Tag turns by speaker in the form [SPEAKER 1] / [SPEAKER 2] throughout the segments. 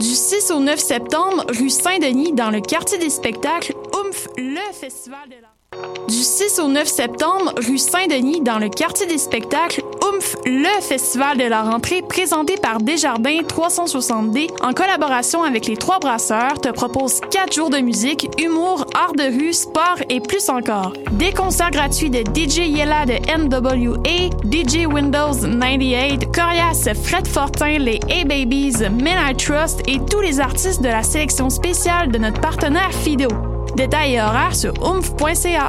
[SPEAKER 1] 6 au 9 septembre, rue Saint-Denis, dans le quartier des spectacles, Oomph, le festival de la... Du 6 au 9 septembre, rue Saint-Denis, dans le quartier des spectacles, Oomph, le festival de la rentrée présenté par Desjardins 360D en collaboration avec les trois brasseurs te propose 4 jours de musique, humour, art de rue, sport et plus encore. Des concerts gratuits de DJ Yella de NWA, DJ Windows 98, Corias, Fred Fortin, les A-Babies, Men I Trust et tous les artistes de la sélection spéciale de notre partenaire Fido. Détails et horaires sur oomph.ca.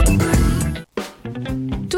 [SPEAKER 2] Tous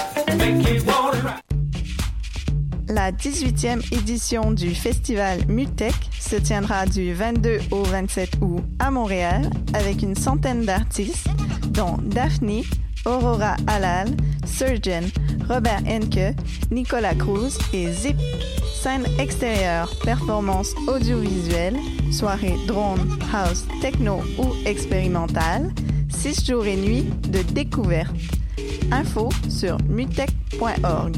[SPEAKER 3] La 18e édition du festival Mutech se tiendra du 22 au 27 août à Montréal avec une centaine d'artistes dont Daphne, Aurora Halal, Surgeon, Robert Henke, Nicolas Cruz et Zip. Scène extérieure, performance audiovisuelle, soirée drone, house, techno ou expérimentale, 6 jours et nuits de découverte. Info sur mutech.org.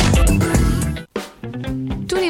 [SPEAKER 2] Tous les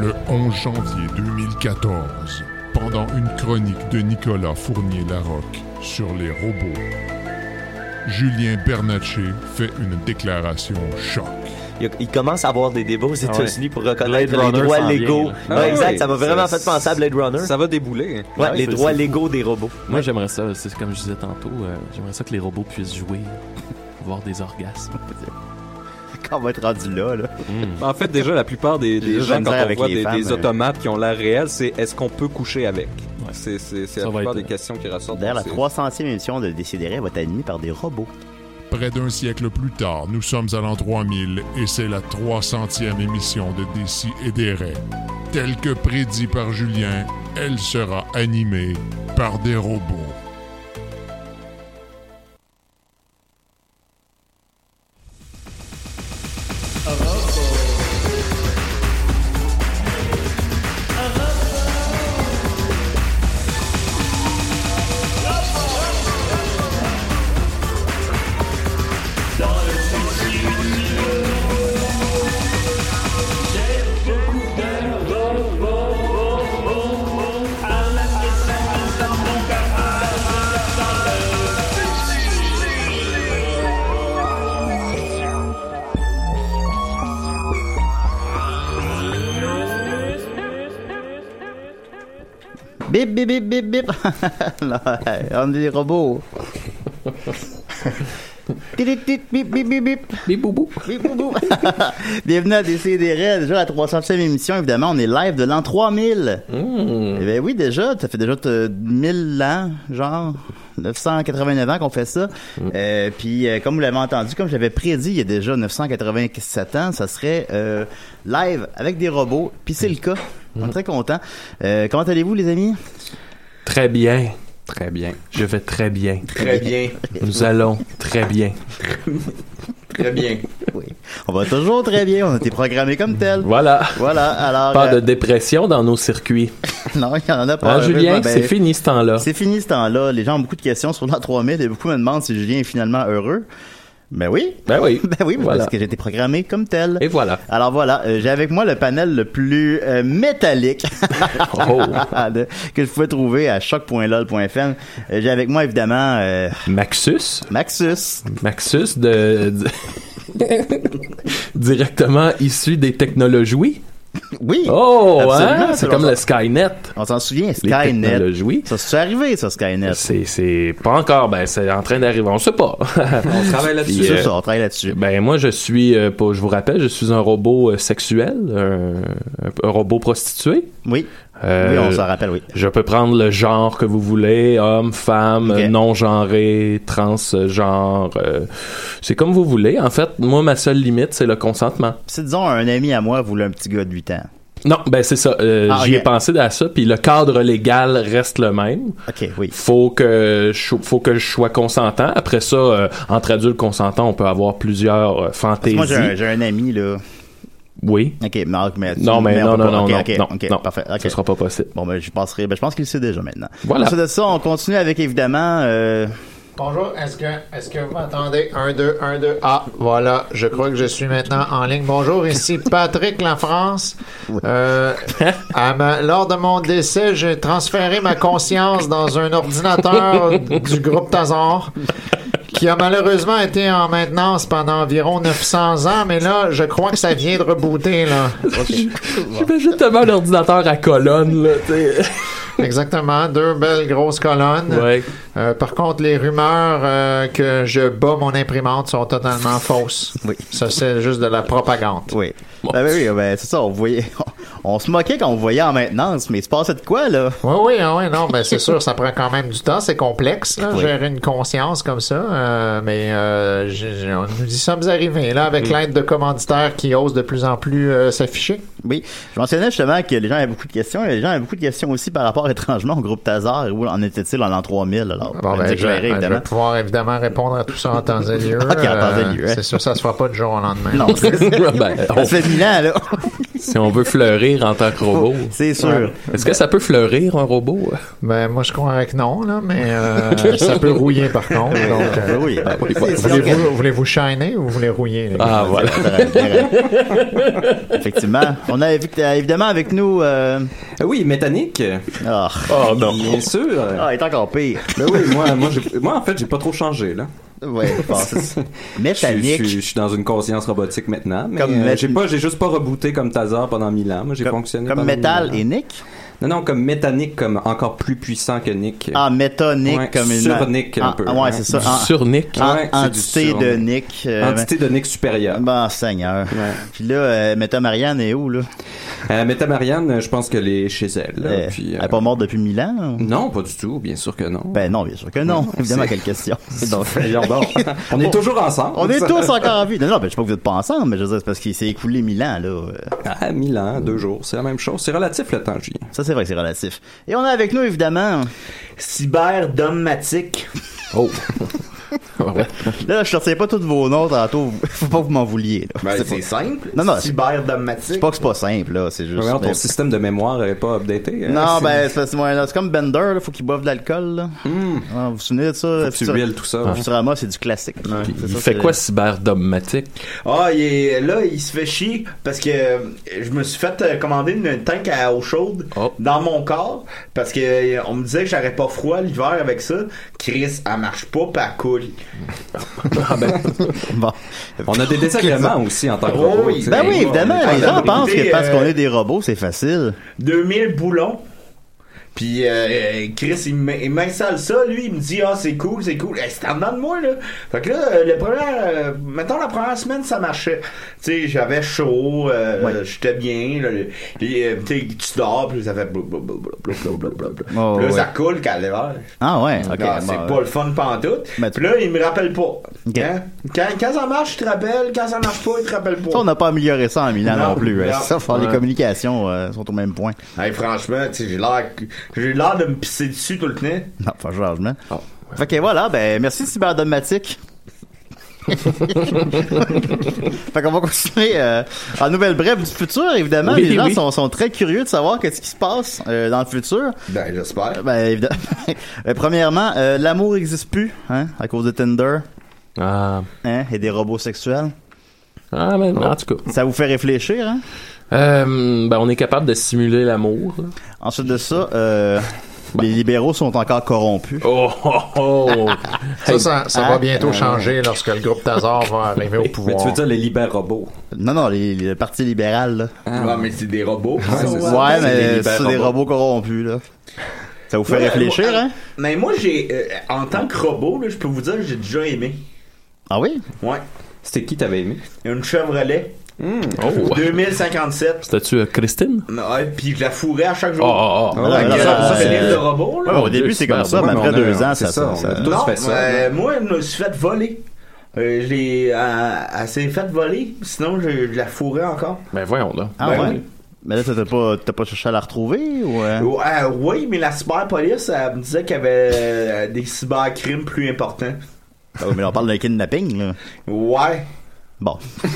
[SPEAKER 4] Le 11 janvier 2014, pendant une chronique de Nicolas Fournier-Larocque sur les robots, Julien Bernatchez fait une déclaration choc.
[SPEAKER 5] Il, il commence à avoir des débats aux
[SPEAKER 6] Ah
[SPEAKER 5] États-Unis pour reconnaître
[SPEAKER 7] Blade
[SPEAKER 5] les
[SPEAKER 7] Runner
[SPEAKER 5] droits
[SPEAKER 7] s'en
[SPEAKER 5] légaux.
[SPEAKER 7] vient, là.
[SPEAKER 5] Ouais,
[SPEAKER 7] Ah
[SPEAKER 5] exact,
[SPEAKER 7] oui,
[SPEAKER 5] ça m'a
[SPEAKER 7] ça-
[SPEAKER 5] vraiment fait penser à Blade Runner.
[SPEAKER 7] Ça va débouler.
[SPEAKER 8] Ah
[SPEAKER 5] Ouais, les
[SPEAKER 7] c'est-
[SPEAKER 5] droits
[SPEAKER 7] c'est-
[SPEAKER 5] légaux des robots.
[SPEAKER 8] ben, Moi, j'aimerais ça, c'est comme je disais tantôt, euh, j'aimerais ça que les robots puissent jouer, voir des orgasmes.
[SPEAKER 5] Quand on va être rendu là, là.
[SPEAKER 7] Mm. En fait, déjà, la plupart des,
[SPEAKER 5] J'ai
[SPEAKER 7] des gens,
[SPEAKER 5] de
[SPEAKER 7] quand
[SPEAKER 5] misère
[SPEAKER 7] on
[SPEAKER 5] avec
[SPEAKER 7] voit
[SPEAKER 5] les
[SPEAKER 7] des,
[SPEAKER 5] femmes,
[SPEAKER 7] des
[SPEAKER 5] euh.
[SPEAKER 7] automates qui ont l'air réels, c'est est-ce qu'on peut coucher avec
[SPEAKER 8] Ouais.
[SPEAKER 7] C'est c'est- c'est
[SPEAKER 8] Ça
[SPEAKER 7] la
[SPEAKER 8] va
[SPEAKER 7] plupart
[SPEAKER 8] être,
[SPEAKER 7] des
[SPEAKER 8] euh,
[SPEAKER 7] questions qui ressortent.
[SPEAKER 5] D'ailleurs, la
[SPEAKER 7] C'est-
[SPEAKER 5] 300e émission de Décidéré va être animée par des robots.
[SPEAKER 4] Près d'un siècle plus tard, nous sommes à l'an 3000 et c'est la 300e émission de Décis et des Raies. Telle que prédit par Julien, elle sera animée par des robots.
[SPEAKER 9] Dans mon garage, Bip, bip, bip, bip, bip. Non, on est des robots. Titit, tit, bip, bip, bip, bip. Bip, bou, bou. Bienvenue à DCDR, déjà la 300e émission, évidemment, on est live de l'an 3000.
[SPEAKER 8] Hmm.
[SPEAKER 9] Eh ben oui, déjà, ça fait déjà euh, 1000 ans, genre 989 ans qu'on fait ça.
[SPEAKER 8] Hmm.
[SPEAKER 9] Euh, puis euh, comme vous l'avez entendu, comme j'avais prédit, il y a déjà 987 ans, ça serait euh, live avec des robots. Puis c'est le cas.
[SPEAKER 8] Hmm.
[SPEAKER 9] On est très content. comment allez-vous, les amis
[SPEAKER 8] Très bien.
[SPEAKER 7] Très bien.
[SPEAKER 8] Je vais très bien.
[SPEAKER 10] Très bien.
[SPEAKER 8] Nous allons très bien.
[SPEAKER 10] Très bien.
[SPEAKER 9] On va toujours très bien. On a été programmés comme tel.
[SPEAKER 8] Voilà.
[SPEAKER 9] Voilà. Alors,
[SPEAKER 8] Pas de
[SPEAKER 9] euh,
[SPEAKER 8] dépression dans nos circuits.
[SPEAKER 9] non, il y en a pas.
[SPEAKER 8] Ah, Julien,
[SPEAKER 9] heureusement, ben,
[SPEAKER 8] c'est fini ce temps-là.
[SPEAKER 9] C'est fini ce temps-là. Les gens ont beaucoup de questions sur l'an 3000 et beaucoup me demandent si Julien est finalement heureux. Ben oui.
[SPEAKER 8] Ben oui.
[SPEAKER 9] Ben oui,
[SPEAKER 8] Voilà.
[SPEAKER 9] parce que j'ai été programmé comme tel.
[SPEAKER 8] Et voilà.
[SPEAKER 9] Alors voilà, euh, j'ai avec moi le panel le plus euh, métallique
[SPEAKER 8] Oh.
[SPEAKER 9] de- que je pouvais trouver à choc.lol.fm. Euh, j'ai avec moi évidemment euh,
[SPEAKER 8] Maxus.
[SPEAKER 9] Maxus.
[SPEAKER 8] Maxus de... de- Directement issu des technologies.
[SPEAKER 9] Oui.
[SPEAKER 8] Oh,
[SPEAKER 9] Absolument,
[SPEAKER 8] hein?
[SPEAKER 9] c'est
[SPEAKER 8] C'est comme
[SPEAKER 9] leur-
[SPEAKER 8] le Skynet.
[SPEAKER 9] On s'en souvient,
[SPEAKER 8] Les
[SPEAKER 9] Skynet.
[SPEAKER 8] technologies.
[SPEAKER 9] Ça c'est arrivé, ça, Skynet.
[SPEAKER 8] C'est, c'est pas encore, ben c'est en train d'arriver, on sait pas.
[SPEAKER 7] On travaille là-dessus.
[SPEAKER 9] C'est
[SPEAKER 8] euh,
[SPEAKER 9] ça, on travaille là-dessus.
[SPEAKER 8] ben moi je suis, euh, pas- je vous rappelle, je suis un robot euh, sexuel, un, un- un robot prostitué.
[SPEAKER 9] Oui.
[SPEAKER 8] Euh,
[SPEAKER 9] oui, on s'en rappelle, oui.
[SPEAKER 8] Je peux prendre le genre que vous voulez, homme, femme,
[SPEAKER 9] Ok.
[SPEAKER 8] euh, non-genré, transgenre. euh, c'est comme vous voulez. En fait, moi, ma seule limite, c'est le consentement.
[SPEAKER 9] Si, disons, un ami à moi voulait un petit gars de 8 ans.
[SPEAKER 8] Non, ben c'est ça. euh,
[SPEAKER 9] Ah,
[SPEAKER 8] J'y ai
[SPEAKER 9] ok.
[SPEAKER 8] pensé à ça. Puis le cadre légal reste le même.
[SPEAKER 9] OK, oui.
[SPEAKER 8] Faut que je, faut que je sois consentant. Après ça, euh, entre adultes consentants, on peut avoir plusieurs euh,
[SPEAKER 9] Parce
[SPEAKER 8] fantaisies.
[SPEAKER 9] que moi, j'ai un, j'ai un ami, là.
[SPEAKER 8] Oui.
[SPEAKER 9] OK, non, mais... tu-
[SPEAKER 8] Non, mais
[SPEAKER 9] on
[SPEAKER 8] non,
[SPEAKER 9] peut
[SPEAKER 8] non,
[SPEAKER 9] pas-
[SPEAKER 8] non,
[SPEAKER 9] OK,
[SPEAKER 8] non,
[SPEAKER 9] OK,
[SPEAKER 8] non,
[SPEAKER 9] OK,
[SPEAKER 8] non.
[SPEAKER 9] parfait. OK.
[SPEAKER 8] Ce sera pas possible.
[SPEAKER 9] Bon, ben, je penserai... Ben, je pense qu'il le sait déjà, maintenant.
[SPEAKER 8] Voilà.
[SPEAKER 9] Ensuite de ça, on continue avec, évidemment... euh,
[SPEAKER 11] Bonjour, est-ce que, est-ce que vous m'entendez? 1, 2, 1, 2. Ah, voilà, je crois que je suis maintenant en ligne. Bonjour, ici Patrick Lafrance. Euh, à ma- lors de mon décès, j'ai transféré ma conscience dans un ordinateur du groupe Tazor qui a malheureusement été en maintenance pendant environ 900 ans, mais là, je crois que ça vient de rebooter, là.
[SPEAKER 8] J'imagine tellement l'ordinateur à colonne, là, tu sais.
[SPEAKER 11] Exactement, deux belles grosses colonnes.
[SPEAKER 8] Ouais.
[SPEAKER 11] Euh, par contre, les rumeurs euh, que je bats mon imprimante sont totalement fausses.
[SPEAKER 9] Oui.
[SPEAKER 11] Ça, c'est juste de la propagande.
[SPEAKER 9] Oui. Ben, ben, oui, ben, c'est ça, on voyait... On, on se moquait quand on voyait en maintenance, mais il se passait de quoi, là?
[SPEAKER 11] Oui, oui, oui, non, mais c'est sûr, ça prend quand même du temps, c'est complexe, là,
[SPEAKER 9] Oui.
[SPEAKER 11] gérer une conscience comme ça, euh, mais euh, j'ai- j'ai- on- nous y sommes arrivés, là,
[SPEAKER 8] Mm.
[SPEAKER 11] avec l'aide de commanditaires qui osent de plus en plus euh, s'afficher.
[SPEAKER 9] Oui, je mentionnais justement que les gens avaient beaucoup de questions. et Les gens avaient beaucoup de questions aussi par rapport, étrangement, au groupe Tazar. Où en était-il en l'an 3000? Alors,
[SPEAKER 8] Ah,
[SPEAKER 11] Bon,
[SPEAKER 9] on
[SPEAKER 11] ben, je,
[SPEAKER 9] exagérait,
[SPEAKER 11] ben, je vais
[SPEAKER 9] évidemment.
[SPEAKER 11] pouvoir évidemment répondre à tout ça en temps et lieu.
[SPEAKER 9] Ok, en temps et
[SPEAKER 11] Euh,
[SPEAKER 9] lieu, hein.
[SPEAKER 11] C'est sûr, ça se fera pas du jour au lendemain.
[SPEAKER 9] Non, c'est ça.
[SPEAKER 8] Ben,
[SPEAKER 9] Ça
[SPEAKER 8] on-
[SPEAKER 9] fait mille ans, là.
[SPEAKER 8] si on veut fleurir en tant que robot,
[SPEAKER 9] C'est sûr.
[SPEAKER 8] est-ce que ça peut fleurir un robot?
[SPEAKER 11] Ben, moi, je crois que non, là, mais euh, ça peut rouiller, par contre. donc, euh,
[SPEAKER 9] oui,
[SPEAKER 10] Ah,
[SPEAKER 9] ben oui, c'est- c'est
[SPEAKER 11] voulez-vous, voulez-vous shiner ou voulez rouiller? les gars?
[SPEAKER 8] Ah, voilà.
[SPEAKER 9] Effectivement. On a évi- euh, évidemment avec nous. euh,
[SPEAKER 5] Euh, Oui, métanique.
[SPEAKER 9] Ah,
[SPEAKER 8] Oh
[SPEAKER 5] Bien sûr.
[SPEAKER 9] ah, il est encore pire.
[SPEAKER 5] Ben oui, moi, moi, j'ai- moi, en fait, j'ai pas trop changé, là.
[SPEAKER 9] Ouais, je pense
[SPEAKER 5] Je
[SPEAKER 9] que c'est-
[SPEAKER 5] suis- Je, suis-
[SPEAKER 9] Métallique.
[SPEAKER 5] je suis dans une conscience robotique maintenant, mais
[SPEAKER 9] Comme
[SPEAKER 5] euh,
[SPEAKER 9] mét-
[SPEAKER 5] j'ai pas, j'ai juste pas rebooté comme Tazar pendant 1000 ans. Moi, j'ai
[SPEAKER 9] Comme,
[SPEAKER 5] fonctionné
[SPEAKER 9] comme
[SPEAKER 5] pendant
[SPEAKER 9] métal
[SPEAKER 5] 1000 ans.
[SPEAKER 9] et Nick.
[SPEAKER 5] Non, non, comme métanique, comme encore plus puissant que Nick.
[SPEAKER 9] Ah, métonique
[SPEAKER 5] Ouais,
[SPEAKER 9] comme une.
[SPEAKER 5] surnique un
[SPEAKER 9] Ah,
[SPEAKER 5] peu,
[SPEAKER 9] ah,
[SPEAKER 5] hein.
[SPEAKER 9] ouais, c'est ça. En-
[SPEAKER 8] Surnick.
[SPEAKER 9] en-
[SPEAKER 5] Ouais, c'est du
[SPEAKER 9] entité de
[SPEAKER 5] surnique.
[SPEAKER 9] Nick. euh,
[SPEAKER 5] Entité de Nick supérieur.
[SPEAKER 9] Bon, Seigneur.
[SPEAKER 5] Ouais.
[SPEAKER 9] Puis là, euh, Meta Marianne est où, là?
[SPEAKER 5] Euh, Meta Marianne, je pense qu'elle est chez elle. là,
[SPEAKER 9] Euh,
[SPEAKER 5] puis,
[SPEAKER 9] Elle
[SPEAKER 5] euh,
[SPEAKER 9] n'est pas morte depuis mille ans?
[SPEAKER 5] Non, pas du tout, bien sûr que non.
[SPEAKER 9] Ben non, bien sûr que non. Évidemment,
[SPEAKER 5] c'est-
[SPEAKER 9] quelle question. Donc,
[SPEAKER 5] Voyons donc. On est toujours ensemble.
[SPEAKER 9] on est tous encore en vie. Non, non, ben, je sais pas que vous êtes pas ensemble, mais je veux dire, c'est parce qu'il s'est écoulé mille ans, là. Euh,
[SPEAKER 5] Ah, 1000 ans, deux jours, c'est la même chose. C'est relatif le temps, Julien.
[SPEAKER 9] Ça, c'est vrai que c'est relatif. Et on a avec nous, évidemment.
[SPEAKER 10] Cyberdomatique.
[SPEAKER 8] Oh. Ouais.
[SPEAKER 9] Là, je ne sortais pas tous vos noms tantôt. Faut pas que vous m'en voulier, là.
[SPEAKER 10] Ben,
[SPEAKER 9] C'est
[SPEAKER 10] c'est
[SPEAKER 9] pas-
[SPEAKER 10] simple.
[SPEAKER 9] Non, non, c'est- c'est
[SPEAKER 10] Cyberdomatique.
[SPEAKER 9] pas que c'est pas simple, là. C'est juste.
[SPEAKER 5] Ben, Regarde, ton
[SPEAKER 9] mais-
[SPEAKER 5] système de mémoire n'est pas updaté. hein,
[SPEAKER 10] Euh,
[SPEAKER 9] Non,
[SPEAKER 5] c'est-
[SPEAKER 9] ben, c'est parce que, ouais, là, c'est comme Bender, là. Faut qu'il boive de l'alcool, là.
[SPEAKER 5] Hmm,
[SPEAKER 9] Ah, vous vous souvenez de ça? Ah,
[SPEAKER 5] tu
[SPEAKER 9] Futura-
[SPEAKER 5] huiles tout ça.
[SPEAKER 10] hein.
[SPEAKER 5] ouais.
[SPEAKER 9] Futurama, c'est du classique.
[SPEAKER 10] Puis
[SPEAKER 9] C'est
[SPEAKER 8] Il
[SPEAKER 9] ça,
[SPEAKER 8] fait
[SPEAKER 9] c'est-
[SPEAKER 8] quoi, cyberdomatique?
[SPEAKER 10] Ah, il est- là, il se fait chier parce que euh, je me suis fait euh, commander une, une tank à eau chaude
[SPEAKER 8] Oh.
[SPEAKER 10] dans mon corps parce que euh, on me disait que j'aurais pas froid l'hiver avec ça. Chris, elle marche pas, pis elle coule.
[SPEAKER 8] Ah, ben,
[SPEAKER 9] Bon.
[SPEAKER 5] On a des désagréments aussi en tant que robot.
[SPEAKER 10] Oh,
[SPEAKER 5] tu sais.
[SPEAKER 9] Ben oui, évidemment,
[SPEAKER 10] Ah,
[SPEAKER 9] les
[SPEAKER 10] la
[SPEAKER 9] gens pensent
[SPEAKER 10] mobilité,
[SPEAKER 9] que parce
[SPEAKER 10] euh,
[SPEAKER 9] qu'on est des robots, c'est facile.
[SPEAKER 10] 2000 boulons Puis euh, Chris, il m- il m'installe ça, lui, il me dit, ah, c'est cool, c'est cool. Hey, C'était en dedans de moi, là. Fait que là, euh, le premier, euh, mettons, la première semaine, ça marchait. Tu sais, j'avais chaud, euh, j'étais bien. là. Puis, euh, tu sais, tu dors, puis ça fait blablabla, blablabla.
[SPEAKER 9] Oh,
[SPEAKER 10] Puis là, ça
[SPEAKER 9] ouais.
[SPEAKER 10] coule quand elle est vert.
[SPEAKER 9] Ah ouais, ok.
[SPEAKER 10] Ah, c'est
[SPEAKER 9] bon,
[SPEAKER 5] euh,
[SPEAKER 10] pas le fun pantoute. Puis là, il me rappelle pas. Hein? Quand, quand ça marche, il te rappelle. Quand ça marche pas, il te rappelle pas.
[SPEAKER 9] Ça, on n'a pas amélioré ça en Milan non,
[SPEAKER 10] Non,
[SPEAKER 9] plus. hein.
[SPEAKER 10] non.
[SPEAKER 9] Ça, faut- les
[SPEAKER 10] Ouais.
[SPEAKER 9] communications euh, sont au même point.
[SPEAKER 10] Hey, franchement, tu sais, j'ai l'air, j'ai l'air de me pisser dessus tout le temps. Oh.
[SPEAKER 9] Non, pas changement. Fait que voilà, ben merci Cyberdomatique. fait qu'on va continuer euh, en nouvelle brève du futur. Évidemment,
[SPEAKER 10] Oui,
[SPEAKER 9] les gens
[SPEAKER 10] oui.
[SPEAKER 9] sont, sont très curieux de savoir qu'est-ce qui se passe euh, dans le futur.
[SPEAKER 10] Ben, j'espère.
[SPEAKER 9] Ben, évidemment. Euh, premièrement, euh, l'amour n'existe plus hein, à cause de Tinder Hein,
[SPEAKER 8] ah.
[SPEAKER 9] et des robots sexuels. Oh.
[SPEAKER 8] Ah, mais en tout cas.
[SPEAKER 9] Ça vous fait réfléchir, hein?
[SPEAKER 8] Euh, ben, on est capable de simuler l'amour. là. Bah.
[SPEAKER 9] Ensuite de ça, euh, les libéraux sont encore corrompus.
[SPEAKER 8] Oh, oh, oh.
[SPEAKER 11] Ça, ça, ça va
[SPEAKER 10] Ah,
[SPEAKER 9] Hein?
[SPEAKER 11] bientôt
[SPEAKER 9] Euh,
[SPEAKER 11] changer lorsque le groupe Tazar Ben, va arriver au pouvoir.
[SPEAKER 9] les libéraux Non, non, les, les- le Parti libéral, là.
[SPEAKER 10] Ah. Ouais, mais c'est des robots.
[SPEAKER 9] Ouais, mais c'est des robots corrompus, là. Ça vous fait
[SPEAKER 10] Ouais,
[SPEAKER 9] réfléchir,
[SPEAKER 10] moi- ah,
[SPEAKER 9] hein?
[SPEAKER 10] Mais moi, j'ai, euh, en tant que robot, là, je peux vous dire que j'ai déjà aimé.
[SPEAKER 9] Ah oui?
[SPEAKER 10] Ouais.
[SPEAKER 5] C'était qui t'avais aimé?
[SPEAKER 10] Une Chevrolet.
[SPEAKER 8] Oh.
[SPEAKER 10] 2057.
[SPEAKER 8] C'était-tu euh, Christine?
[SPEAKER 10] Ouais, ah, puis je la fourrais à chaque jour.
[SPEAKER 8] Oh, oh, oh.
[SPEAKER 10] Ouais,
[SPEAKER 8] Ouais,
[SPEAKER 10] ouais,
[SPEAKER 8] ça,
[SPEAKER 10] ça,
[SPEAKER 8] c'est-
[SPEAKER 10] c'est le robot, là.
[SPEAKER 9] Ouais, Ah, au début, c'est comme ça, mais après deux ans, ça...
[SPEAKER 10] Non, euh,
[SPEAKER 9] Ouais.
[SPEAKER 10] moi, elle me suis fait voler. Euh, je l'ai, euh, elle s'est faite voler, sinon je, je la fourrais encore.
[SPEAKER 8] Ben voyons là.
[SPEAKER 9] Ah
[SPEAKER 10] Ben
[SPEAKER 9] ouais?
[SPEAKER 10] oui.
[SPEAKER 9] Mais là, t'as pas, t'as pas cherché à la retrouver, ou... euh?
[SPEAKER 10] Ouais, euh, oui, mais la cyberpolice, elle me disait qu'il y avait euh, des cybercrimes plus importants.
[SPEAKER 9] Ah oui, mais là, on parle d'un kidnapping, là.
[SPEAKER 10] Ouais.
[SPEAKER 9] Bon.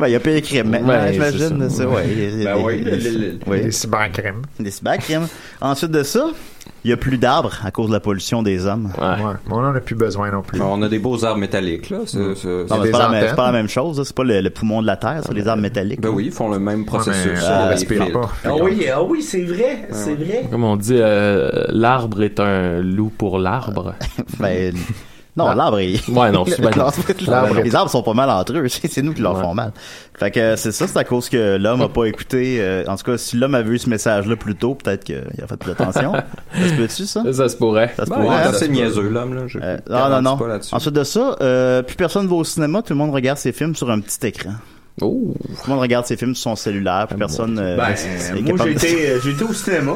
[SPEAKER 9] ben, il y a pas écrit maintenant,
[SPEAKER 11] Ouais,
[SPEAKER 9] j'imagine.
[SPEAKER 11] c'est ça.
[SPEAKER 9] Ça. Ouais, il y a- il y a
[SPEAKER 11] Ben
[SPEAKER 9] des-
[SPEAKER 11] oui,
[SPEAKER 9] des-
[SPEAKER 11] le- le-
[SPEAKER 9] oui.
[SPEAKER 11] les cybercrimes.
[SPEAKER 9] Des cybercrimes. Ensuite de ça, il y a plus d'arbres à cause de la pollution des hommes.
[SPEAKER 5] Ouais.
[SPEAKER 11] On en a plus besoin non plus.
[SPEAKER 5] On a des beaux arbres métalliques, là. C'est- c'est-
[SPEAKER 9] Mm. Non, mais c'est pas, la même- c'est pas la même chose, là. c'est pas le, le poumon de la Terre, ça, les arbres métalliques.
[SPEAKER 5] Ben oui, ils font le même processus.
[SPEAKER 9] mais,
[SPEAKER 5] là,
[SPEAKER 9] euh,
[SPEAKER 5] ils
[SPEAKER 9] respire
[SPEAKER 5] filtrent.
[SPEAKER 9] pas.
[SPEAKER 10] Ah oui, ah oui, c'est vrai, c'est vrai.
[SPEAKER 8] Comme on dit, euh, l'arbre est un loup pour l'arbre.
[SPEAKER 9] ben, non, l'arbre est...
[SPEAKER 8] Ouais, non, c'est
[SPEAKER 9] Le-
[SPEAKER 8] ben non.
[SPEAKER 9] l'arbre- les arbres sont pas mal entre eux, c'est c'est nous qui leur font mal. Fait que euh, c'est ça, c'est à cause que l'homme a pas écouté. euh, en tout cas, si l'homme avait eu ce message-là plus tôt, peut-être qu'il a fait plus attention. ça se peut-tu, ça?
[SPEAKER 8] Ça se pourrait.
[SPEAKER 9] Ça se
[SPEAKER 5] Ben,
[SPEAKER 9] pourrait.
[SPEAKER 5] ouais,
[SPEAKER 9] hein?
[SPEAKER 5] c'est niaiseux, l'homme, là. Je-
[SPEAKER 9] Euh, Ah non,
[SPEAKER 5] garantis
[SPEAKER 9] non.
[SPEAKER 5] pas là-dessus.
[SPEAKER 9] Ensuite de ça, euh, plus personne va au cinéma, tout le monde regarde ses films sur un petit écran.
[SPEAKER 5] Oh.
[SPEAKER 9] Tout le monde regarde ses films sur son cellulaire,
[SPEAKER 5] Ah,
[SPEAKER 9] plus personne euh,
[SPEAKER 10] Ben,
[SPEAKER 9] est- est
[SPEAKER 10] moi,
[SPEAKER 9] capable
[SPEAKER 10] j'ai
[SPEAKER 9] de-
[SPEAKER 10] été, euh, j'ai été au cinéma.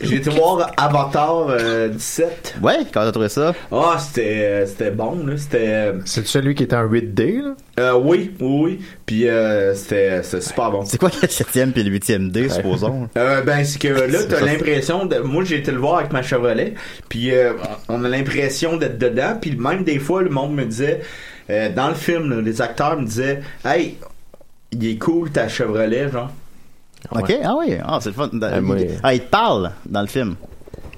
[SPEAKER 10] j'ai été voir Avatar euh, 17.
[SPEAKER 9] Ouais, quand t'as trouvé ça?
[SPEAKER 10] Ah, c'était, euh, c'était bon, là. C'était.
[SPEAKER 11] C'est celui qui est en 8D, là?
[SPEAKER 10] Euh, oui, oui, oui. Puis, euh, c'était, c'était super bon.
[SPEAKER 9] C'est quoi le 7e puis le 8e D, supposons?
[SPEAKER 10] Euh, ben, c'est que là,
[SPEAKER 9] C'est
[SPEAKER 10] t'as
[SPEAKER 9] ça.
[SPEAKER 10] l'impression de. Moi, j'ai été le voir avec ma Chevrolet, puis euh, on a l'impression d'être dedans, puis même des fois, le monde me disait, euh, dans le film, là, les acteurs me disaient, hey, il est cool ta Chevrolet, genre.
[SPEAKER 9] Ok, ah oui, ah, c'est le fun. Ah,
[SPEAKER 8] moi,
[SPEAKER 9] il- ah, il te parle dans le film.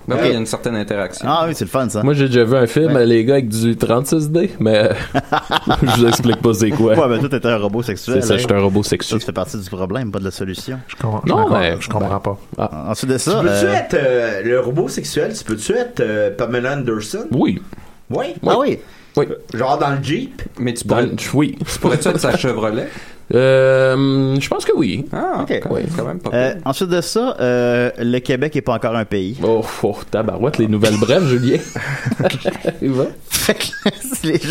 [SPEAKER 5] Ben
[SPEAKER 9] Ok.
[SPEAKER 5] oui, il y a une certaine interaction.
[SPEAKER 9] Ah oui, c'est le fun ça.
[SPEAKER 8] Moi, j'ai déjà vu un film,
[SPEAKER 9] Ouais.
[SPEAKER 8] les gars, avec du 36D, mais euh, je vous explique pas bah, c'est quoi.
[SPEAKER 9] Ouais, ben toi, t'étais un robot sexuel.
[SPEAKER 8] C'est ça,
[SPEAKER 9] hein.
[SPEAKER 8] j'étais un robot
[SPEAKER 9] Ça,
[SPEAKER 8] sexuel.
[SPEAKER 9] tu fais partie du problème, pas de la solution. Je
[SPEAKER 11] comprends,
[SPEAKER 8] Non, mais-
[SPEAKER 11] Je comprends pas.
[SPEAKER 9] Ensuite de ça.
[SPEAKER 10] tu peux-tu
[SPEAKER 9] euh,
[SPEAKER 10] être euh, le robot sexuel, tu peux-tu être euh, Pamela Anderson?
[SPEAKER 8] Oui.
[SPEAKER 10] Oui?
[SPEAKER 9] Ah oui?
[SPEAKER 8] Oui.
[SPEAKER 10] Genre dans le Jeep?
[SPEAKER 5] Mais tu
[SPEAKER 8] Dans
[SPEAKER 5] pourrais,
[SPEAKER 8] le- Oui.
[SPEAKER 5] tu pourrais-tu être sa Chevrolet?
[SPEAKER 8] Euh, je pense que oui.
[SPEAKER 5] Ah,
[SPEAKER 9] Ok.
[SPEAKER 5] quand, même- quand même pas
[SPEAKER 9] euh, ensuite de ça, euh, le Québec est pas encore un pays.
[SPEAKER 8] Oh, oh, tabarouette, les nouvelles brèves, Julien. Il va?
[SPEAKER 9] Fait que si les gens-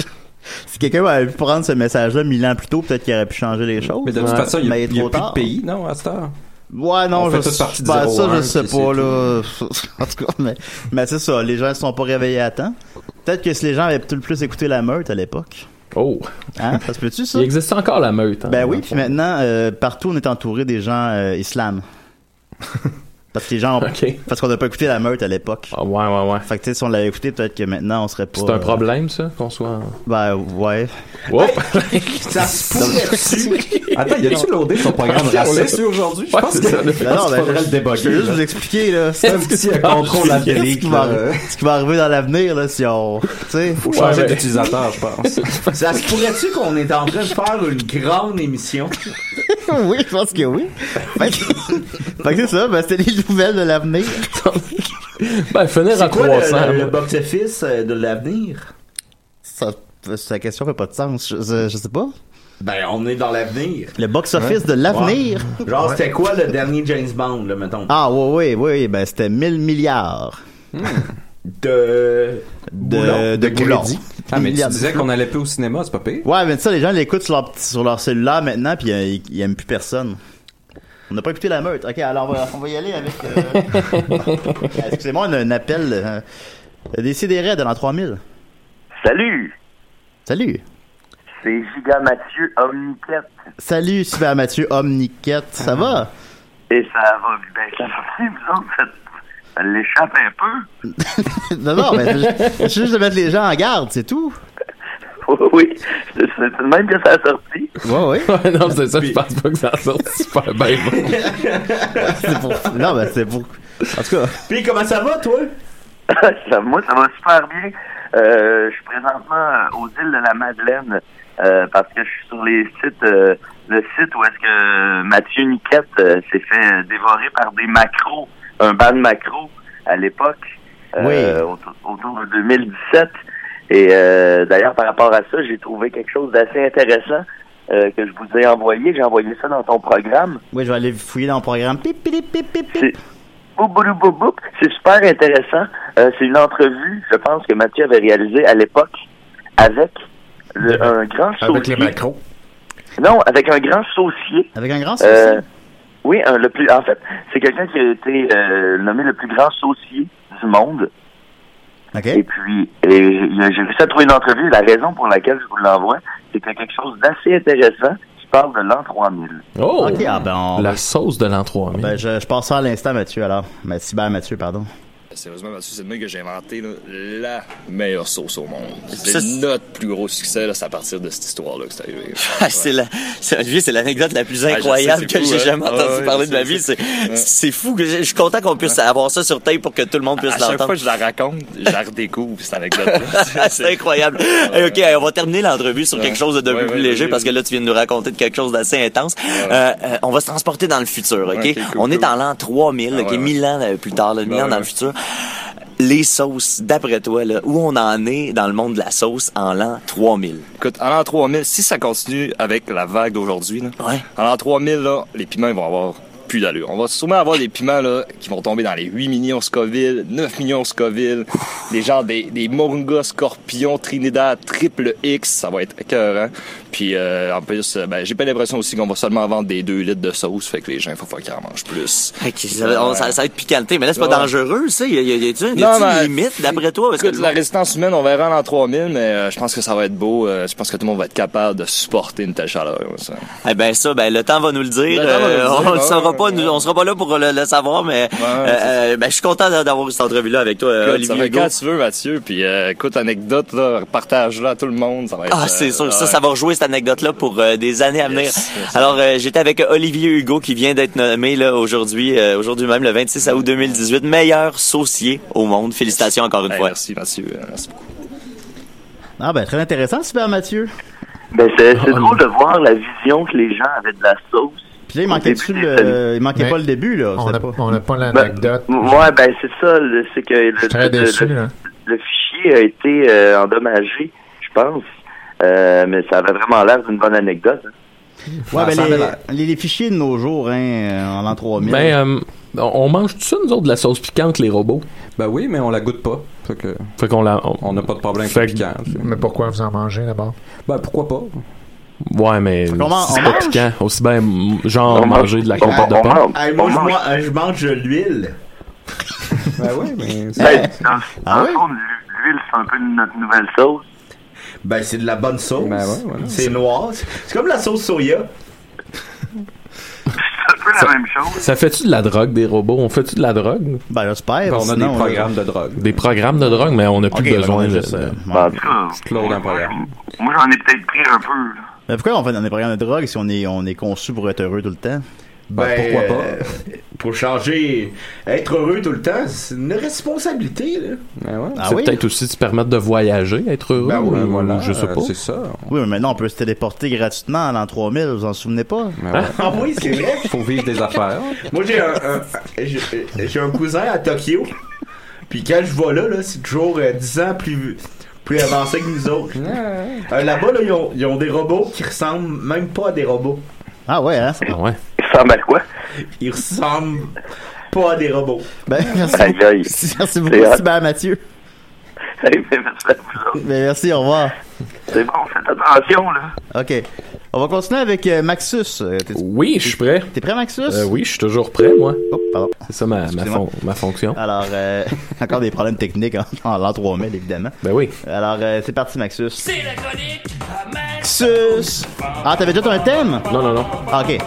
[SPEAKER 9] si quelqu'un avait pu prendre ce message-là mille ans plus tôt, peut-être qu'il aurait pu changer les choses.
[SPEAKER 5] Mais de toute
[SPEAKER 9] Ouais.
[SPEAKER 5] façon, il n'y a,
[SPEAKER 9] Mais
[SPEAKER 5] il y a
[SPEAKER 9] trop
[SPEAKER 5] plus
[SPEAKER 9] tard.
[SPEAKER 5] de pays, non, à cette heure?
[SPEAKER 9] Ouais, non,
[SPEAKER 5] On
[SPEAKER 9] je
[SPEAKER 5] fait tous
[SPEAKER 9] sais
[SPEAKER 5] partie de
[SPEAKER 9] ben,
[SPEAKER 5] 0,
[SPEAKER 9] ça, je
[SPEAKER 5] hein,
[SPEAKER 9] sais
[SPEAKER 5] puis
[SPEAKER 9] pas, là. en tout cas, mais, mais c'est ça, les gens ne sont pas réveillés à temps. Peut-être que si les gens avaient tout le plus écouté la meute à l'époque.
[SPEAKER 8] Oh.
[SPEAKER 9] Hein? Ça se peut-tu, ça?
[SPEAKER 8] Il existe encore la meute. hein,
[SPEAKER 9] Ben
[SPEAKER 8] dans
[SPEAKER 9] oui,
[SPEAKER 8] le
[SPEAKER 9] puis
[SPEAKER 8] fond.
[SPEAKER 9] maintenant, euh, partout, on est entouré des gens euh, islam. Parce que les gens ont-
[SPEAKER 8] Ok.
[SPEAKER 9] Parce qu'on n'a pas écouté la meute à l'époque.
[SPEAKER 8] Ah, ouais, ouais, ouais.
[SPEAKER 9] Fait que, tu sais, si on l'avait écouté, peut-être que maintenant, on serait pas. euh,
[SPEAKER 8] C'est un problème, ça, qu'on soit. en-
[SPEAKER 9] Ben, ouais. Ben,
[SPEAKER 8] Hop!
[SPEAKER 10] Ça se pourrait-tu?
[SPEAKER 5] Attends, y a-tu loadé son programme raciste aujourd'hui? Je
[SPEAKER 8] Ouais,
[SPEAKER 5] pense
[SPEAKER 8] c'est
[SPEAKER 5] que
[SPEAKER 8] ça,
[SPEAKER 5] je
[SPEAKER 8] le-
[SPEAKER 5] pense
[SPEAKER 9] Ben non,
[SPEAKER 5] qu'il
[SPEAKER 9] ben,
[SPEAKER 5] faudrait
[SPEAKER 9] je-
[SPEAKER 5] le
[SPEAKER 9] Je vais
[SPEAKER 5] déboguer.
[SPEAKER 9] juste vous
[SPEAKER 5] là.
[SPEAKER 9] expliquer, là. C'est
[SPEAKER 5] Comme si elle contrôle la
[SPEAKER 9] ce
[SPEAKER 5] pellique.
[SPEAKER 9] qui, va,
[SPEAKER 5] là.
[SPEAKER 9] ce qui va arriver dans l'avenir, là, si on. Tu sais.
[SPEAKER 5] Faut changer
[SPEAKER 8] Ouais, ouais.
[SPEAKER 5] d'utilisateur, je pense.
[SPEAKER 10] Ça se pourrait-tu qu'on est en train de faire une grande émission?
[SPEAKER 9] oui, je pense que oui. Fait que, fait que c'est ça, ben, c'était les nouvelles de l'avenir.
[SPEAKER 8] Ben, finir à
[SPEAKER 10] C'est quoi
[SPEAKER 8] 300.
[SPEAKER 10] le, le-
[SPEAKER 8] là.
[SPEAKER 10] le box-office euh, de l'avenir?
[SPEAKER 9] Ça, sa question fait pas de sens. Je, je- je sais pas.
[SPEAKER 10] Ben, on est dans l'avenir.
[SPEAKER 9] Le box-office de l'avenir.
[SPEAKER 10] Ouais. Genre, c'était quoi le dernier James Bond, là, mettons?
[SPEAKER 9] Ah, oui, oui, oui. Ben, c'était 1000 milliards.
[SPEAKER 10] De.
[SPEAKER 9] De, de boulons.
[SPEAKER 7] Ah, mais tu
[SPEAKER 9] Milliards.
[SPEAKER 7] disais qu'on allait plus au cinéma, c'est pas pire.
[SPEAKER 9] Ouais, mais ça, les gens l'écoutent sur leur, petit- sur leur cellulaire maintenant, puis euh, ils, ils aiment plus personne. On n'a pas écouté la meute. Ok, alors on va, on va y aller avec. euh, Excusez-moi, on a un appel. Euh, Décidérez de l'an 3000.
[SPEAKER 12] Salut,
[SPEAKER 9] Salut.
[SPEAKER 12] c'est Giga Mathieu Omniquette.
[SPEAKER 9] Salut, Super Mathieu Omniquette. Ça va?
[SPEAKER 12] Et ça va bien. Ça va bien, vous autres, ça- ça l'échappe un peu.
[SPEAKER 9] non, non, mais c'est ju- c'est juste de mettre les gens en garde, c'est tout.
[SPEAKER 12] Oui, oui, c'est c'est de même que ça a sorti.
[SPEAKER 9] Ouais, ouais.
[SPEAKER 8] non, c'est ça, je pense pas que ça sorte super bien.
[SPEAKER 9] c'est pour. Non, mais c'est pour. En tout cas.
[SPEAKER 10] Puis, comment ça va, toi?
[SPEAKER 12] ça, moi, ça va super bien. Euh, je suis présentement euh, aux îles de la Madeleine euh, parce que je suis sur les sites, euh, le site où est-ce que Mathieu Niquette euh, s'est fait euh, dévorer par des macros, un ban de macros à l'époque, euh, autour, autour de 2017. Et euh, d'ailleurs, par rapport à ça, j'ai trouvé quelque chose d'assez intéressant euh, que je vous ai envoyé. J'ai envoyé ça dans ton programme.
[SPEAKER 9] Oui, je vais aller fouiller dans le programme. Pip, pip, pip, pip, pip.
[SPEAKER 12] Boop, boulou, boop, boop. C'est super intéressant. Euh, c'est une entrevue, je pense, que Mathieu avait réalisée à l'époque avec le- un grand saucier.
[SPEAKER 11] Avec les macros.
[SPEAKER 12] Non, avec un grand saucier.
[SPEAKER 9] Avec un grand
[SPEAKER 12] saucier? oui, un- le plus, en fait, c'est quelqu'un qui a été euh, nommé le plus grand saucier du monde. Et puis, et, il a- j'ai réussi à trouver une entrevue. La raison pour laquelle je vous l'envoie, c'est qu'il y a quelque chose d'assez intéressant qui parle de l'an 3000.
[SPEAKER 8] Oh!
[SPEAKER 9] Ok, ah ben on-
[SPEAKER 8] La sauce de l'an 3000.
[SPEAKER 9] Ben, je, je passe ça à l'instant, Mathieu, alors. Mais cyber, Mathieu, pardon.
[SPEAKER 6] Sérieusement, Mathieu, c'est le mec que j'ai inventé là, la meilleure sauce au monde.
[SPEAKER 13] Ça,
[SPEAKER 6] C'est
[SPEAKER 13] c'est-
[SPEAKER 6] notre plus gros succès, là, c'est à partir de cette histoire-là que c'est arrivé.
[SPEAKER 13] c'est la, c'est- Olivier, c'est l'anecdote la plus
[SPEAKER 6] Ah, je
[SPEAKER 13] incroyable
[SPEAKER 6] sais, c'est
[SPEAKER 13] que
[SPEAKER 6] fou,
[SPEAKER 13] j'ai
[SPEAKER 6] hein.
[SPEAKER 13] jamais
[SPEAKER 6] Ah,
[SPEAKER 13] entendu
[SPEAKER 6] ouais,
[SPEAKER 13] parler
[SPEAKER 6] je
[SPEAKER 13] de ma
[SPEAKER 6] sais,
[SPEAKER 13] vie.
[SPEAKER 6] hein. je
[SPEAKER 13] C'est,
[SPEAKER 6] sais. Ouais.
[SPEAKER 13] c'est fou. Je, je suis content qu'on puisse avoir ça sur tape pour que tout le monde puisse
[SPEAKER 6] à chaque
[SPEAKER 13] l'entendre.
[SPEAKER 6] fois que je la raconte, je la redécouvre, cette anecdote-là.
[SPEAKER 13] c'est incroyable. Hey, ok, hey, on va terminer l'entrevue sur quelque chose de
[SPEAKER 6] Ouais,
[SPEAKER 13] plus
[SPEAKER 6] ouais,
[SPEAKER 13] léger
[SPEAKER 6] vas-y,
[SPEAKER 13] parce que là, tu viens de nous raconter de quelque chose d'assez intense. Euh, euh, on va se transporter dans le futur, ok?
[SPEAKER 6] Ouais, ok, cool,
[SPEAKER 13] on est
[SPEAKER 6] cool.
[SPEAKER 13] en l'an 3000,
[SPEAKER 6] Ah,
[SPEAKER 13] ok?
[SPEAKER 6] ouais, ouais.
[SPEAKER 13] 1000 ans euh, plus tard, là, 1000
[SPEAKER 6] Ouais,
[SPEAKER 13] ans dans
[SPEAKER 6] ouais.
[SPEAKER 13] le futur. Les sauces, d'après toi, là, où on en est dans le monde de la sauce en l'an 3000?
[SPEAKER 6] Écoute, en l'an 3000, si ça continue avec la vague d'aujourd'hui, là, en l'an 3000, là, les piments ils vont avoir plus d'allure. On va sûrement avoir des piments là, qui vont tomber dans les 8 millions Scoville, 9 millions Scoville, des genres des, des Moringa, Scorpion, Trinidad, Triple X, ça va être écœurant. Puis euh, en plus, euh, ben, j'ai pas l'impression aussi qu'on va seulement vendre des 2 litres de sauce, fait que les gens, il faut pas qu'ils en mangent plus.
[SPEAKER 13] Ça, va- on- ça- ça va être piquanté, mais là, c'est pas
[SPEAKER 6] Ouais.
[SPEAKER 13] dangereux, ça. Y a, y a- y a-tu un- y
[SPEAKER 6] Non,
[SPEAKER 13] a-tu une
[SPEAKER 6] mais-
[SPEAKER 13] limite, d'après toi? Parce que
[SPEAKER 6] Écoute, la résistance humaine, on verra en l'an 3000, mais euh, je pense que ça va être beau. euh, je pense que tout le monde va être capable de supporter une telle chaleur. ouais, ça.
[SPEAKER 13] Eh ben ça, ben le temps va nous le dire.
[SPEAKER 6] Le temps va nous le
[SPEAKER 13] Euh,
[SPEAKER 6] dire,
[SPEAKER 13] on le
[SPEAKER 6] ouais,
[SPEAKER 13] saura
[SPEAKER 6] ouais,
[SPEAKER 13] pas, nous- on sera pas là pour le, le savoir, mais euh, euh, ben, je suis content d'a- d'avoir eu cette entrevue-là avec toi, euh,
[SPEAKER 6] Écoute, ça
[SPEAKER 13] Olivier
[SPEAKER 6] fait
[SPEAKER 13] Hugo.
[SPEAKER 6] quand tu veux, Mathieu, puis euh, écoute, anecdote, là, partage-la à tout le monde. Ça va être,
[SPEAKER 13] Ah, c'est
[SPEAKER 6] euh,
[SPEAKER 13] sûr, ça,
[SPEAKER 6] ouais.
[SPEAKER 13] ça va rejouer cette anecdote-là pour euh, des années à venir. Alors, euh, j'étais avec Olivier Hugo qui vient d'être nommé là aujourd'hui, euh, aujourd'hui même, le 26 août 2018, meilleur saucier au monde. Félicitations encore une fois.
[SPEAKER 6] Merci, Mathieu. euh, Merci beaucoup.
[SPEAKER 9] Ah, ben, très intéressant, Super Mathieu.
[SPEAKER 12] Ben, c'est c'est drôle de voir la vision que les gens avaient de la sauce.
[SPEAKER 9] Puis là, il manquait-tu le... Il manquait
[SPEAKER 12] Mais
[SPEAKER 9] pas le début, là.
[SPEAKER 12] on
[SPEAKER 9] c'était
[SPEAKER 12] a-
[SPEAKER 9] pas...
[SPEAKER 11] On n'a pas
[SPEAKER 12] l'anecdote. ouais, ben c'est ça, le- c'est que le,
[SPEAKER 11] Très
[SPEAKER 12] le- le-
[SPEAKER 11] déçu, hein.
[SPEAKER 12] le-
[SPEAKER 11] là.
[SPEAKER 12] le fichier a été euh, endommagé, je pense. Euh, mais ça avait vraiment l'air d'une bonne anecdote. hein.
[SPEAKER 9] Ouais, ben,
[SPEAKER 12] ça
[SPEAKER 9] les,
[SPEAKER 12] avait l'air.
[SPEAKER 9] les, les fichiers de nos jours, hein, euh, en l'an 3000.
[SPEAKER 8] Ben, euh, on on mange tout ça, nous autres, de la sauce piquante, les robots?
[SPEAKER 7] Ben oui, mais on la goûte pas. Fait que-
[SPEAKER 8] Fait qu'on la.
[SPEAKER 7] On n'a pas de problème
[SPEAKER 8] Fait
[SPEAKER 7] avec le piquant.
[SPEAKER 11] Mais pourquoi vous en mangez d'abord?
[SPEAKER 7] Ben pourquoi pas?
[SPEAKER 8] Ouais, mais.
[SPEAKER 7] qu'on man-
[SPEAKER 8] C'est
[SPEAKER 7] on
[SPEAKER 8] pas
[SPEAKER 7] mange?
[SPEAKER 8] piquant. Aussi bien, m- genre, manger de la compote de
[SPEAKER 10] on-
[SPEAKER 12] Oh,
[SPEAKER 8] pomme.
[SPEAKER 10] Hey, moi, je, moi, euh, je mange de l'huile.
[SPEAKER 7] ben oui, mais.
[SPEAKER 10] Ben,
[SPEAKER 12] Dans,
[SPEAKER 10] Ah
[SPEAKER 12] dans
[SPEAKER 10] oui?
[SPEAKER 12] le fond, l'hu- l'huile, c'est un peu notre nouvelle sauce.
[SPEAKER 10] Ben, c'est de la bonne sauce.
[SPEAKER 7] Ben ouais, voilà.
[SPEAKER 10] C'est noir. C'est comme la sauce soya.
[SPEAKER 12] C'est un peu la même chose.
[SPEAKER 8] Ça fait-tu de la drogue, des robots? On fait-tu de la drogue?
[SPEAKER 9] Ben, j'espère.
[SPEAKER 7] Ben, on a des programmes de drogue.
[SPEAKER 8] Des programmes de drogue, mais on n'a plus
[SPEAKER 7] Ok, ben,
[SPEAKER 8] besoin
[SPEAKER 7] on
[SPEAKER 8] de.
[SPEAKER 7] est juste, euh,
[SPEAKER 10] Ben,
[SPEAKER 12] En tout cas,
[SPEAKER 7] Claude en programme.
[SPEAKER 12] moi, j'en ai peut-être pris un peu.
[SPEAKER 9] Mais pourquoi on fait dans des programmes de drogue si on est, on est conçu pour être heureux tout le temps?
[SPEAKER 8] Ben,
[SPEAKER 9] Ben,
[SPEAKER 10] pourquoi pas? Pour changer, être heureux tout le temps, c'est une responsabilité. Là.
[SPEAKER 9] Ah
[SPEAKER 8] C'est peut-être aussi se permettre de voyager, être heureux.
[SPEAKER 9] Ben oui,
[SPEAKER 8] ou-
[SPEAKER 9] voilà,
[SPEAKER 8] ou je sais
[SPEAKER 9] euh,
[SPEAKER 8] pas.
[SPEAKER 9] c'est
[SPEAKER 7] ça.
[SPEAKER 9] Oui, mais maintenant, on peut se téléporter gratuitement en l'an 3000, vous vous en souvenez pas?
[SPEAKER 10] Ah oui, c'est vrai.
[SPEAKER 7] Faut vivre des affaires.
[SPEAKER 10] Moi, j'ai un, un- j'ai j'ai un cousin à Tokyo. Puis quand je vois là, là c'est toujours euh, 10 ans plus, plus avancés que nous autres.
[SPEAKER 7] Ah.
[SPEAKER 10] Euh, Là-bas, là, ils, ont, ils ont des robots qui ressemblent même pas à des robots.
[SPEAKER 9] Ah ouais, hein?
[SPEAKER 8] Ah ouais.
[SPEAKER 10] Ils ressemblent à quoi? Ils ressemblent pas à des robots.
[SPEAKER 9] Ben, merci.
[SPEAKER 10] Aïe,
[SPEAKER 9] beaucoup.
[SPEAKER 10] aïe.
[SPEAKER 9] Merci beaucoup,
[SPEAKER 10] C'est hot.
[SPEAKER 9] Cyber Mathieu. Ben, merci, au revoir.
[SPEAKER 12] C'est bon, faites attention, là.
[SPEAKER 9] OK. On va continuer avec euh, Maxus. Euh, t'es-
[SPEAKER 8] Oui, je suis prêt.
[SPEAKER 9] T'es prêt, Maxus? Oh,
[SPEAKER 8] Euh, oui, je suis toujours prêt, moi. C'est ça ma, ma,
[SPEAKER 9] Excusez-moi.
[SPEAKER 8] fon- ma fonction.
[SPEAKER 9] Alors, euh, encore des problèmes techniques en, en l'an 3000, évidemment.
[SPEAKER 8] Ben oui.
[SPEAKER 9] Alors, euh, c'est parti, Maxus. Maxus! Ah, t'avais déjà un thème?
[SPEAKER 8] Non, non, non.
[SPEAKER 9] OK.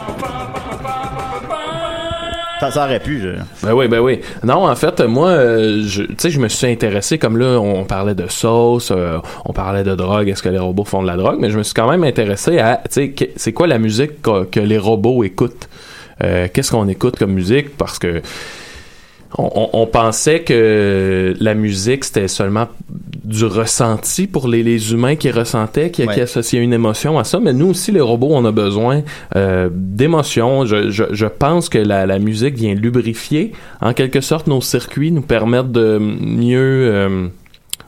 [SPEAKER 9] Ça, ça aurait pu, je...
[SPEAKER 8] Ben oui, ben oui. Non, en fait, moi, euh, je- tu sais, je me suis intéressé, comme là, on parlait de sauce, euh, on parlait de drogue, est-ce que les robots font de la drogue, mais je me suis quand même intéressé à, tu sais, que- c'est quoi la musique que, que les robots écoutent? Euh, Qu'est-ce qu'on écoute comme musique? Parce que on, on- on pensait que la musique, c'était seulement du ressenti pour les, les humains qui ressentaient, qui, qui
[SPEAKER 9] Ouais.
[SPEAKER 8] associaient une émotion à ça. Mais nous aussi, les robots, on a besoin euh, d'émotions. Je, je- je pense que la, la musique vient lubrifier, en quelque sorte, nos circuits, nous permettre de mieux... euh,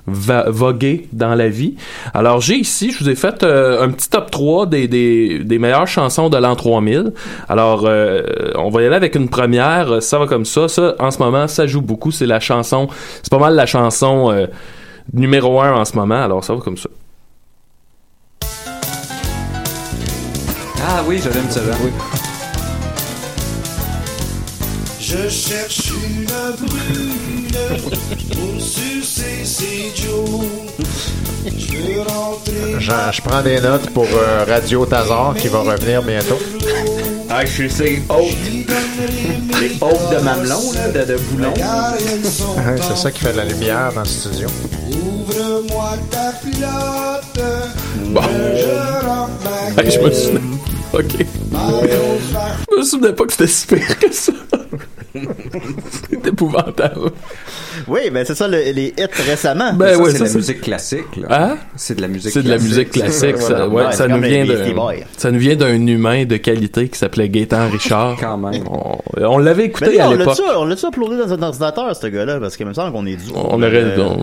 [SPEAKER 8] va- voguer dans la vie. Alors j'ai ici, je vous ai fait euh, un petit top 3 des, des, des meilleures chansons de l'an 3000. Alors euh, on va y aller avec une première, Euh, ça va comme ça, ça en ce moment ça joue beaucoup, c'est la chanson, c'est pas mal la chanson euh, numéro 1 en ce moment, alors ça va comme ça.
[SPEAKER 7] Ah oui, je l'aime celle-là.
[SPEAKER 14] Je cherche une brune pour sucer ses joues. Je veux rentrer
[SPEAKER 11] Je, je prends des notes pour euh, Radio Tazar qui va revenir bientôt.
[SPEAKER 10] Ah, je suis ces hôtes. Les hôtes de mamelon, là, de, de boulon.
[SPEAKER 14] car elles sont
[SPEAKER 11] Ouais, Ah, C'est ça qui fait de la lumière dans le studio.
[SPEAKER 14] Ouvre-moi ta pilote.
[SPEAKER 8] Bon.
[SPEAKER 14] Je rentre ma
[SPEAKER 8] Hey, je me souvenais. Ok. je me souvenais pas que c'était si pire que ça. c'est épouvantable.
[SPEAKER 9] Oui, ben c'est ça, le- les hits récemment.
[SPEAKER 8] Ben
[SPEAKER 7] Ça,
[SPEAKER 8] ouais, ça,
[SPEAKER 7] c'est de la
[SPEAKER 8] c'est-
[SPEAKER 7] musique classique. Là.
[SPEAKER 8] Hein?
[SPEAKER 7] C'est de la musique
[SPEAKER 8] C'est de la musique classique, ça, ouais, ça, nous vient de, ça nous vient d'un humain de qualité qui s'appelait Gaétan Richard. Quand même. On, on l'avait écouté
[SPEAKER 9] Mais là,
[SPEAKER 8] à
[SPEAKER 9] on
[SPEAKER 8] l'époque.
[SPEAKER 9] l'a-tu- on l'a-tu uploadé dans un ordinateur, ce gars-là? Parce qu'il me semble qu'on est dû. euh,
[SPEAKER 8] On aurait- on-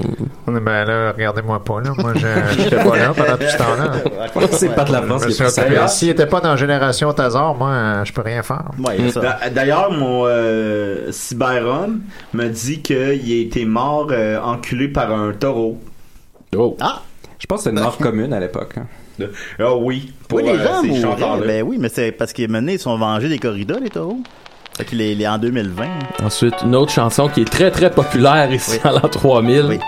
[SPEAKER 11] Euh, Ben là, regardez-moi pas, là. Moi, je- j'étais pas là pendant tout ce temps-là.
[SPEAKER 7] C'est pas de la France,
[SPEAKER 11] Je me suis
[SPEAKER 7] c'est pas ça.
[SPEAKER 11] retrouvé- S'il était pas dans Génération Tazar, moi, euh, je peux rien faire.
[SPEAKER 9] Mm.
[SPEAKER 10] D'a- D'ailleurs, mon euh, cyberhomme me dit qu'il a été mort euh, enculé par un taureau.
[SPEAKER 9] Ah!
[SPEAKER 7] Je pense que c'est une mort commune à l'époque.
[SPEAKER 10] Ah oui, pour
[SPEAKER 9] hein. Oui, les
[SPEAKER 10] euh,
[SPEAKER 9] gens
[SPEAKER 10] ces
[SPEAKER 9] mouraient.
[SPEAKER 10] chanteurs-là.
[SPEAKER 9] Ben oui, mais c'est parce qu'ils menaient, ils sont vengés des corridas, les taureaux. Fait qu'il est, il est en 2020.
[SPEAKER 8] Ensuite, une autre chanson qui est très très populaire ici en l'an 3000.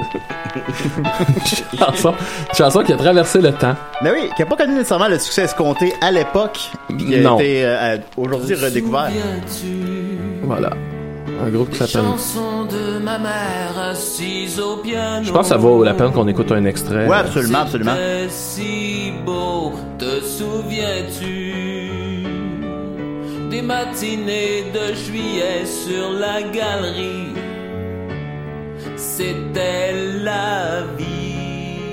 [SPEAKER 8] chanson, chanson qui a traversé le temps.
[SPEAKER 9] Mais oui, qui n'a pas connu nécessairement le succès escompté à l'époque, puis qui a
[SPEAKER 8] Non.
[SPEAKER 9] été euh, euh, aujourd'hui redécouvert.
[SPEAKER 8] Hmm. Voilà. Un groupe qui s'appelle.
[SPEAKER 14] Chanson de ma mère assise au piano.
[SPEAKER 8] Je pense que ça vaut la peine qu'on écoute un extrait.
[SPEAKER 9] Ouais, absolument, absolument.
[SPEAKER 14] C'était si beau, te souviens-tu des matinées de juillet sur la galerie? C'était la vie.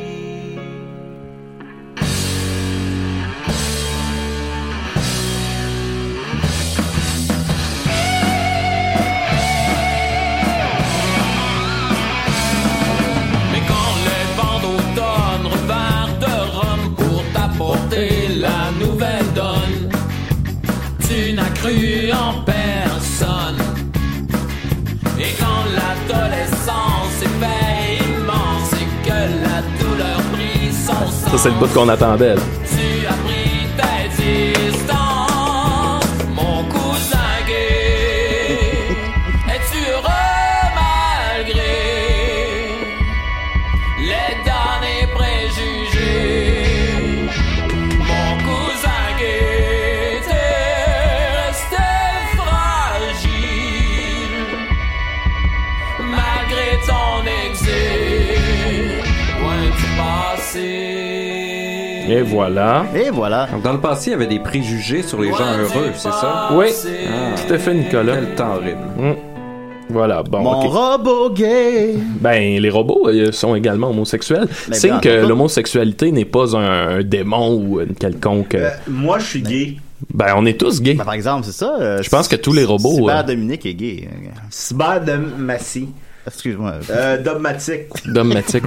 [SPEAKER 14] Mais quand les vents d'automne revinrent de Rome pour t'apporter la nouvelle donne, tu n'as cru en personne. Et quand l'adolescence est fait immense et que la douleur prit son sens,
[SPEAKER 8] Ça, c'est le bout qu'on attendait. là.
[SPEAKER 14] tu as pris ta distance, mon cousin gay. Es-tu heureux malgré les derniers préjugés? Mon cousin gay, t'es resté fragile malgré ton exil. Loin du passé.
[SPEAKER 8] Et voilà.
[SPEAKER 9] Et voilà.
[SPEAKER 7] dans le passé, il y avait des préjugés sur les gens heureux, c'est ça?
[SPEAKER 8] Oui,
[SPEAKER 7] Ah.
[SPEAKER 8] tout à fait, Nicolas.
[SPEAKER 7] Quel temps horrible.
[SPEAKER 8] Mm. Voilà, bon.
[SPEAKER 9] Mon
[SPEAKER 8] ok.
[SPEAKER 9] robot gay!
[SPEAKER 8] Ben, les robots euh, sont également homosexuels.
[SPEAKER 9] Mais
[SPEAKER 8] Signe
[SPEAKER 9] bien,
[SPEAKER 8] que
[SPEAKER 9] attends.
[SPEAKER 8] l'homosexualité n'est pas un, un démon ou une quelconque. euh,
[SPEAKER 10] Moi, je suis gay.
[SPEAKER 8] Ben, on est tous gays.
[SPEAKER 9] par exemple, c'est ça.
[SPEAKER 8] Je pense que tous les robots.
[SPEAKER 9] Cyber
[SPEAKER 8] euh,
[SPEAKER 9] Dominique est gay.
[SPEAKER 10] Cyber de Massy.
[SPEAKER 9] Excuse-moi.
[SPEAKER 10] Euh, dogmatique.
[SPEAKER 8] Dogmatique,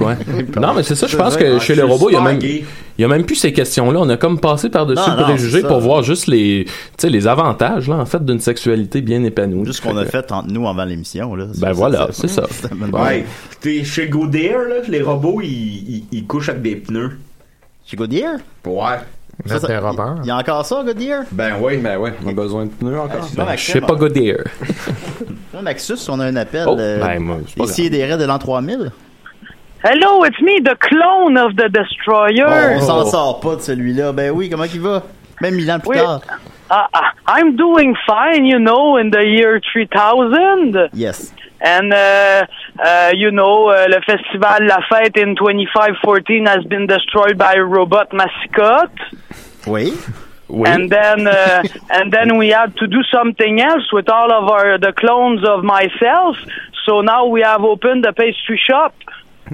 [SPEAKER 8] ouais. non, mais c'est ça, je
[SPEAKER 10] Ça
[SPEAKER 8] pense
[SPEAKER 10] devrait
[SPEAKER 8] que
[SPEAKER 10] être
[SPEAKER 8] chez les
[SPEAKER 10] super
[SPEAKER 8] robots, il y a même,
[SPEAKER 10] gay.
[SPEAKER 8] il y a même plus ces questions-là. On a comme passé par-dessus
[SPEAKER 9] Non,
[SPEAKER 8] le
[SPEAKER 9] non,
[SPEAKER 8] préjugé
[SPEAKER 9] c'est ça.
[SPEAKER 8] pour voir juste les, tu sais, les avantages, là, en fait, d'une sexualité bien épanouie.
[SPEAKER 9] Juste qu'on a fait entre nous avant l'émission, là.
[SPEAKER 8] Ben voilà, c'est ça.
[SPEAKER 9] Ben.
[SPEAKER 10] Ouais. T'es chez Goodyear, là, les robots, ils, ils, ils couchent avec des pneus.
[SPEAKER 9] Chez Goodyear?
[SPEAKER 10] Ouais.
[SPEAKER 9] Ça, ça- Il y a encore ça, Goodyear?
[SPEAKER 10] Ben oui, ben oui.
[SPEAKER 7] On a besoin de pneus encore.
[SPEAKER 9] Ben,
[SPEAKER 8] Je sais pas Goodyear.
[SPEAKER 9] Là, Maxus, on a un appel.
[SPEAKER 8] Oh,
[SPEAKER 9] euh,
[SPEAKER 8] ben, moi, c'est pas
[SPEAKER 9] ici et des raids de l'an 3000.
[SPEAKER 15] Hello, it's me, the clone of the
[SPEAKER 9] Oh,
[SPEAKER 15] destroyer.
[SPEAKER 9] on s'en sort pas de celui-là. Ben oui, comment il va? Même mille ans plus tard.
[SPEAKER 15] Uh, uh, I'm doing fine, you know, in the year 3000.
[SPEAKER 9] Yes.
[SPEAKER 15] And, uh, uh, you know, uh, le festival La Fête in 2514 has been destroyed by robot mascotte.
[SPEAKER 9] Oui.
[SPEAKER 15] And then, uh, and then we had to do something else with all of our, the clones of myself. So now we have opened the pastry shop.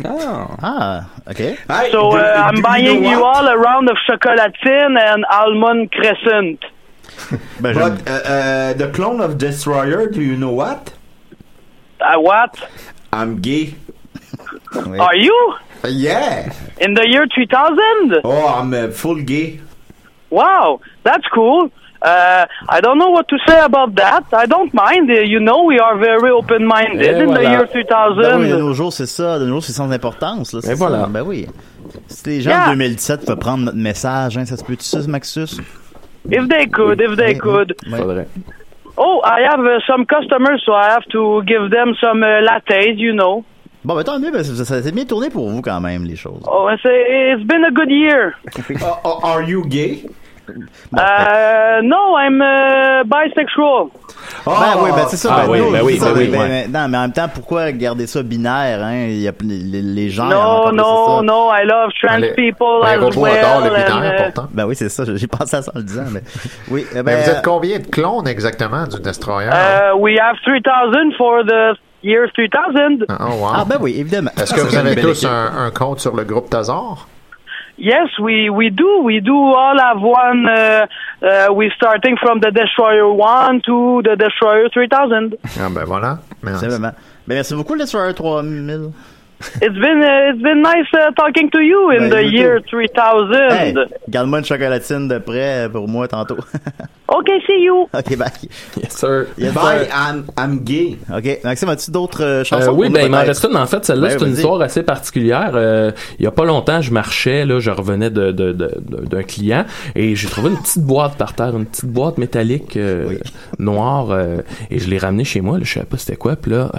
[SPEAKER 9] Ah, OK.
[SPEAKER 15] so uh, I'm buying you,
[SPEAKER 9] all.
[SPEAKER 15] all a round of chocolatine and almond crescent.
[SPEAKER 9] Ben,
[SPEAKER 10] But, uh, uh, the clone of Destroyer, do you know what?
[SPEAKER 15] I Ah, what?
[SPEAKER 10] I'm gay.
[SPEAKER 15] Are you?
[SPEAKER 10] Yeah.
[SPEAKER 15] In the year 2000?
[SPEAKER 10] Oh, I'm uh, full gay.
[SPEAKER 15] Wow, that's cool. Uh, I don't know what to say about that. I don't mind. Uh, You know, we are very open-minded
[SPEAKER 9] Eh,
[SPEAKER 15] in the
[SPEAKER 9] voilà.
[SPEAKER 15] year 2000.
[SPEAKER 9] Ben oui, de nos jours, c'est ça. De nos jours, c'est sans importance. Là, c'est
[SPEAKER 15] voilà.
[SPEAKER 9] ça. Ben oui. Si les gens
[SPEAKER 15] Yeah.
[SPEAKER 9] de 2017 peuvent prendre notre message, hein, ça se peut-tu ça, ce Maxus?
[SPEAKER 15] If they could, if they could.
[SPEAKER 9] Faudrait.
[SPEAKER 15] Oh, I have uh, some customers, so I have to give them some uh, lattes, you know.
[SPEAKER 9] Bon, ben tant mieux, ben, ça, ça s'est bien tourné pour vous quand même, les choses.
[SPEAKER 15] Oh, it's, it's been a good year.
[SPEAKER 10] Uh, are you gay?
[SPEAKER 15] Uh, no, I'm uh, bisexual.
[SPEAKER 9] Ben oui, ben c'est ça.
[SPEAKER 8] Ah
[SPEAKER 9] ben
[SPEAKER 8] oui,
[SPEAKER 9] non,
[SPEAKER 8] ben
[SPEAKER 9] c'est
[SPEAKER 8] oui,
[SPEAKER 9] ça,
[SPEAKER 8] ben oui,
[SPEAKER 9] ben, non, mais en même temps, pourquoi garder ça binaire? Hein? Il y a, les, les gens...
[SPEAKER 15] No, no, no, I love trans
[SPEAKER 9] Ben, les-
[SPEAKER 15] people
[SPEAKER 9] ben, les
[SPEAKER 15] as
[SPEAKER 9] robots
[SPEAKER 15] well.
[SPEAKER 9] adorent le
[SPEAKER 15] and,
[SPEAKER 9] binaire,
[SPEAKER 15] uh,
[SPEAKER 11] pourtant.
[SPEAKER 9] Ben oui, c'est ça, j'ai pensé à ça en le disant. Mais... Oui, euh, ben,
[SPEAKER 11] Mais vous êtes
[SPEAKER 9] euh,
[SPEAKER 11] combien de clones exactement du Destroyer?
[SPEAKER 15] Uh, we have 3,000 for the year 3000.
[SPEAKER 11] oh, wow.
[SPEAKER 9] Ah, ben oui, évidemment.
[SPEAKER 11] Est-ce que vous avez tous un, un compte sur le groupe Tazar?
[SPEAKER 15] Yes, we, we do. We do all have one. Uh, uh, we starting from the Destroyer 1 to the Destroyer 3000.
[SPEAKER 11] Ah, ben voilà. Merci.
[SPEAKER 9] Ben, merci beaucoup, le Destroyer 3000.
[SPEAKER 15] it's been uh, it's been nice uh, talking to you in
[SPEAKER 9] Ben,
[SPEAKER 15] the
[SPEAKER 9] you
[SPEAKER 15] year 3000.
[SPEAKER 9] Hey, Garde-moi une chocolatine de près euh, pour moi tantôt.
[SPEAKER 15] OK, see you.
[SPEAKER 9] OK, bye.
[SPEAKER 8] Yes, sir.
[SPEAKER 10] Bye, I'm, I'm gay.
[SPEAKER 9] OK, Maxime, as-tu d'autres euh,
[SPEAKER 8] Euh,
[SPEAKER 9] chansons? pour
[SPEAKER 8] oui,
[SPEAKER 9] nous,
[SPEAKER 8] ben il m'en
[SPEAKER 9] peut-être?
[SPEAKER 8] reste une. En fait, celle-là,
[SPEAKER 9] Ben,
[SPEAKER 8] c'est une
[SPEAKER 9] vas-y.
[SPEAKER 8] histoire assez particulière. Euh, il y a pas longtemps, je marchais, là, je revenais de- de- de- de- d'un client et j'ai trouvé une petite boîte par terre, une petite boîte métallique euh, noire euh, et je l'ai ramenée chez moi. là, je savais pas c'était quoi. Puis là, euh,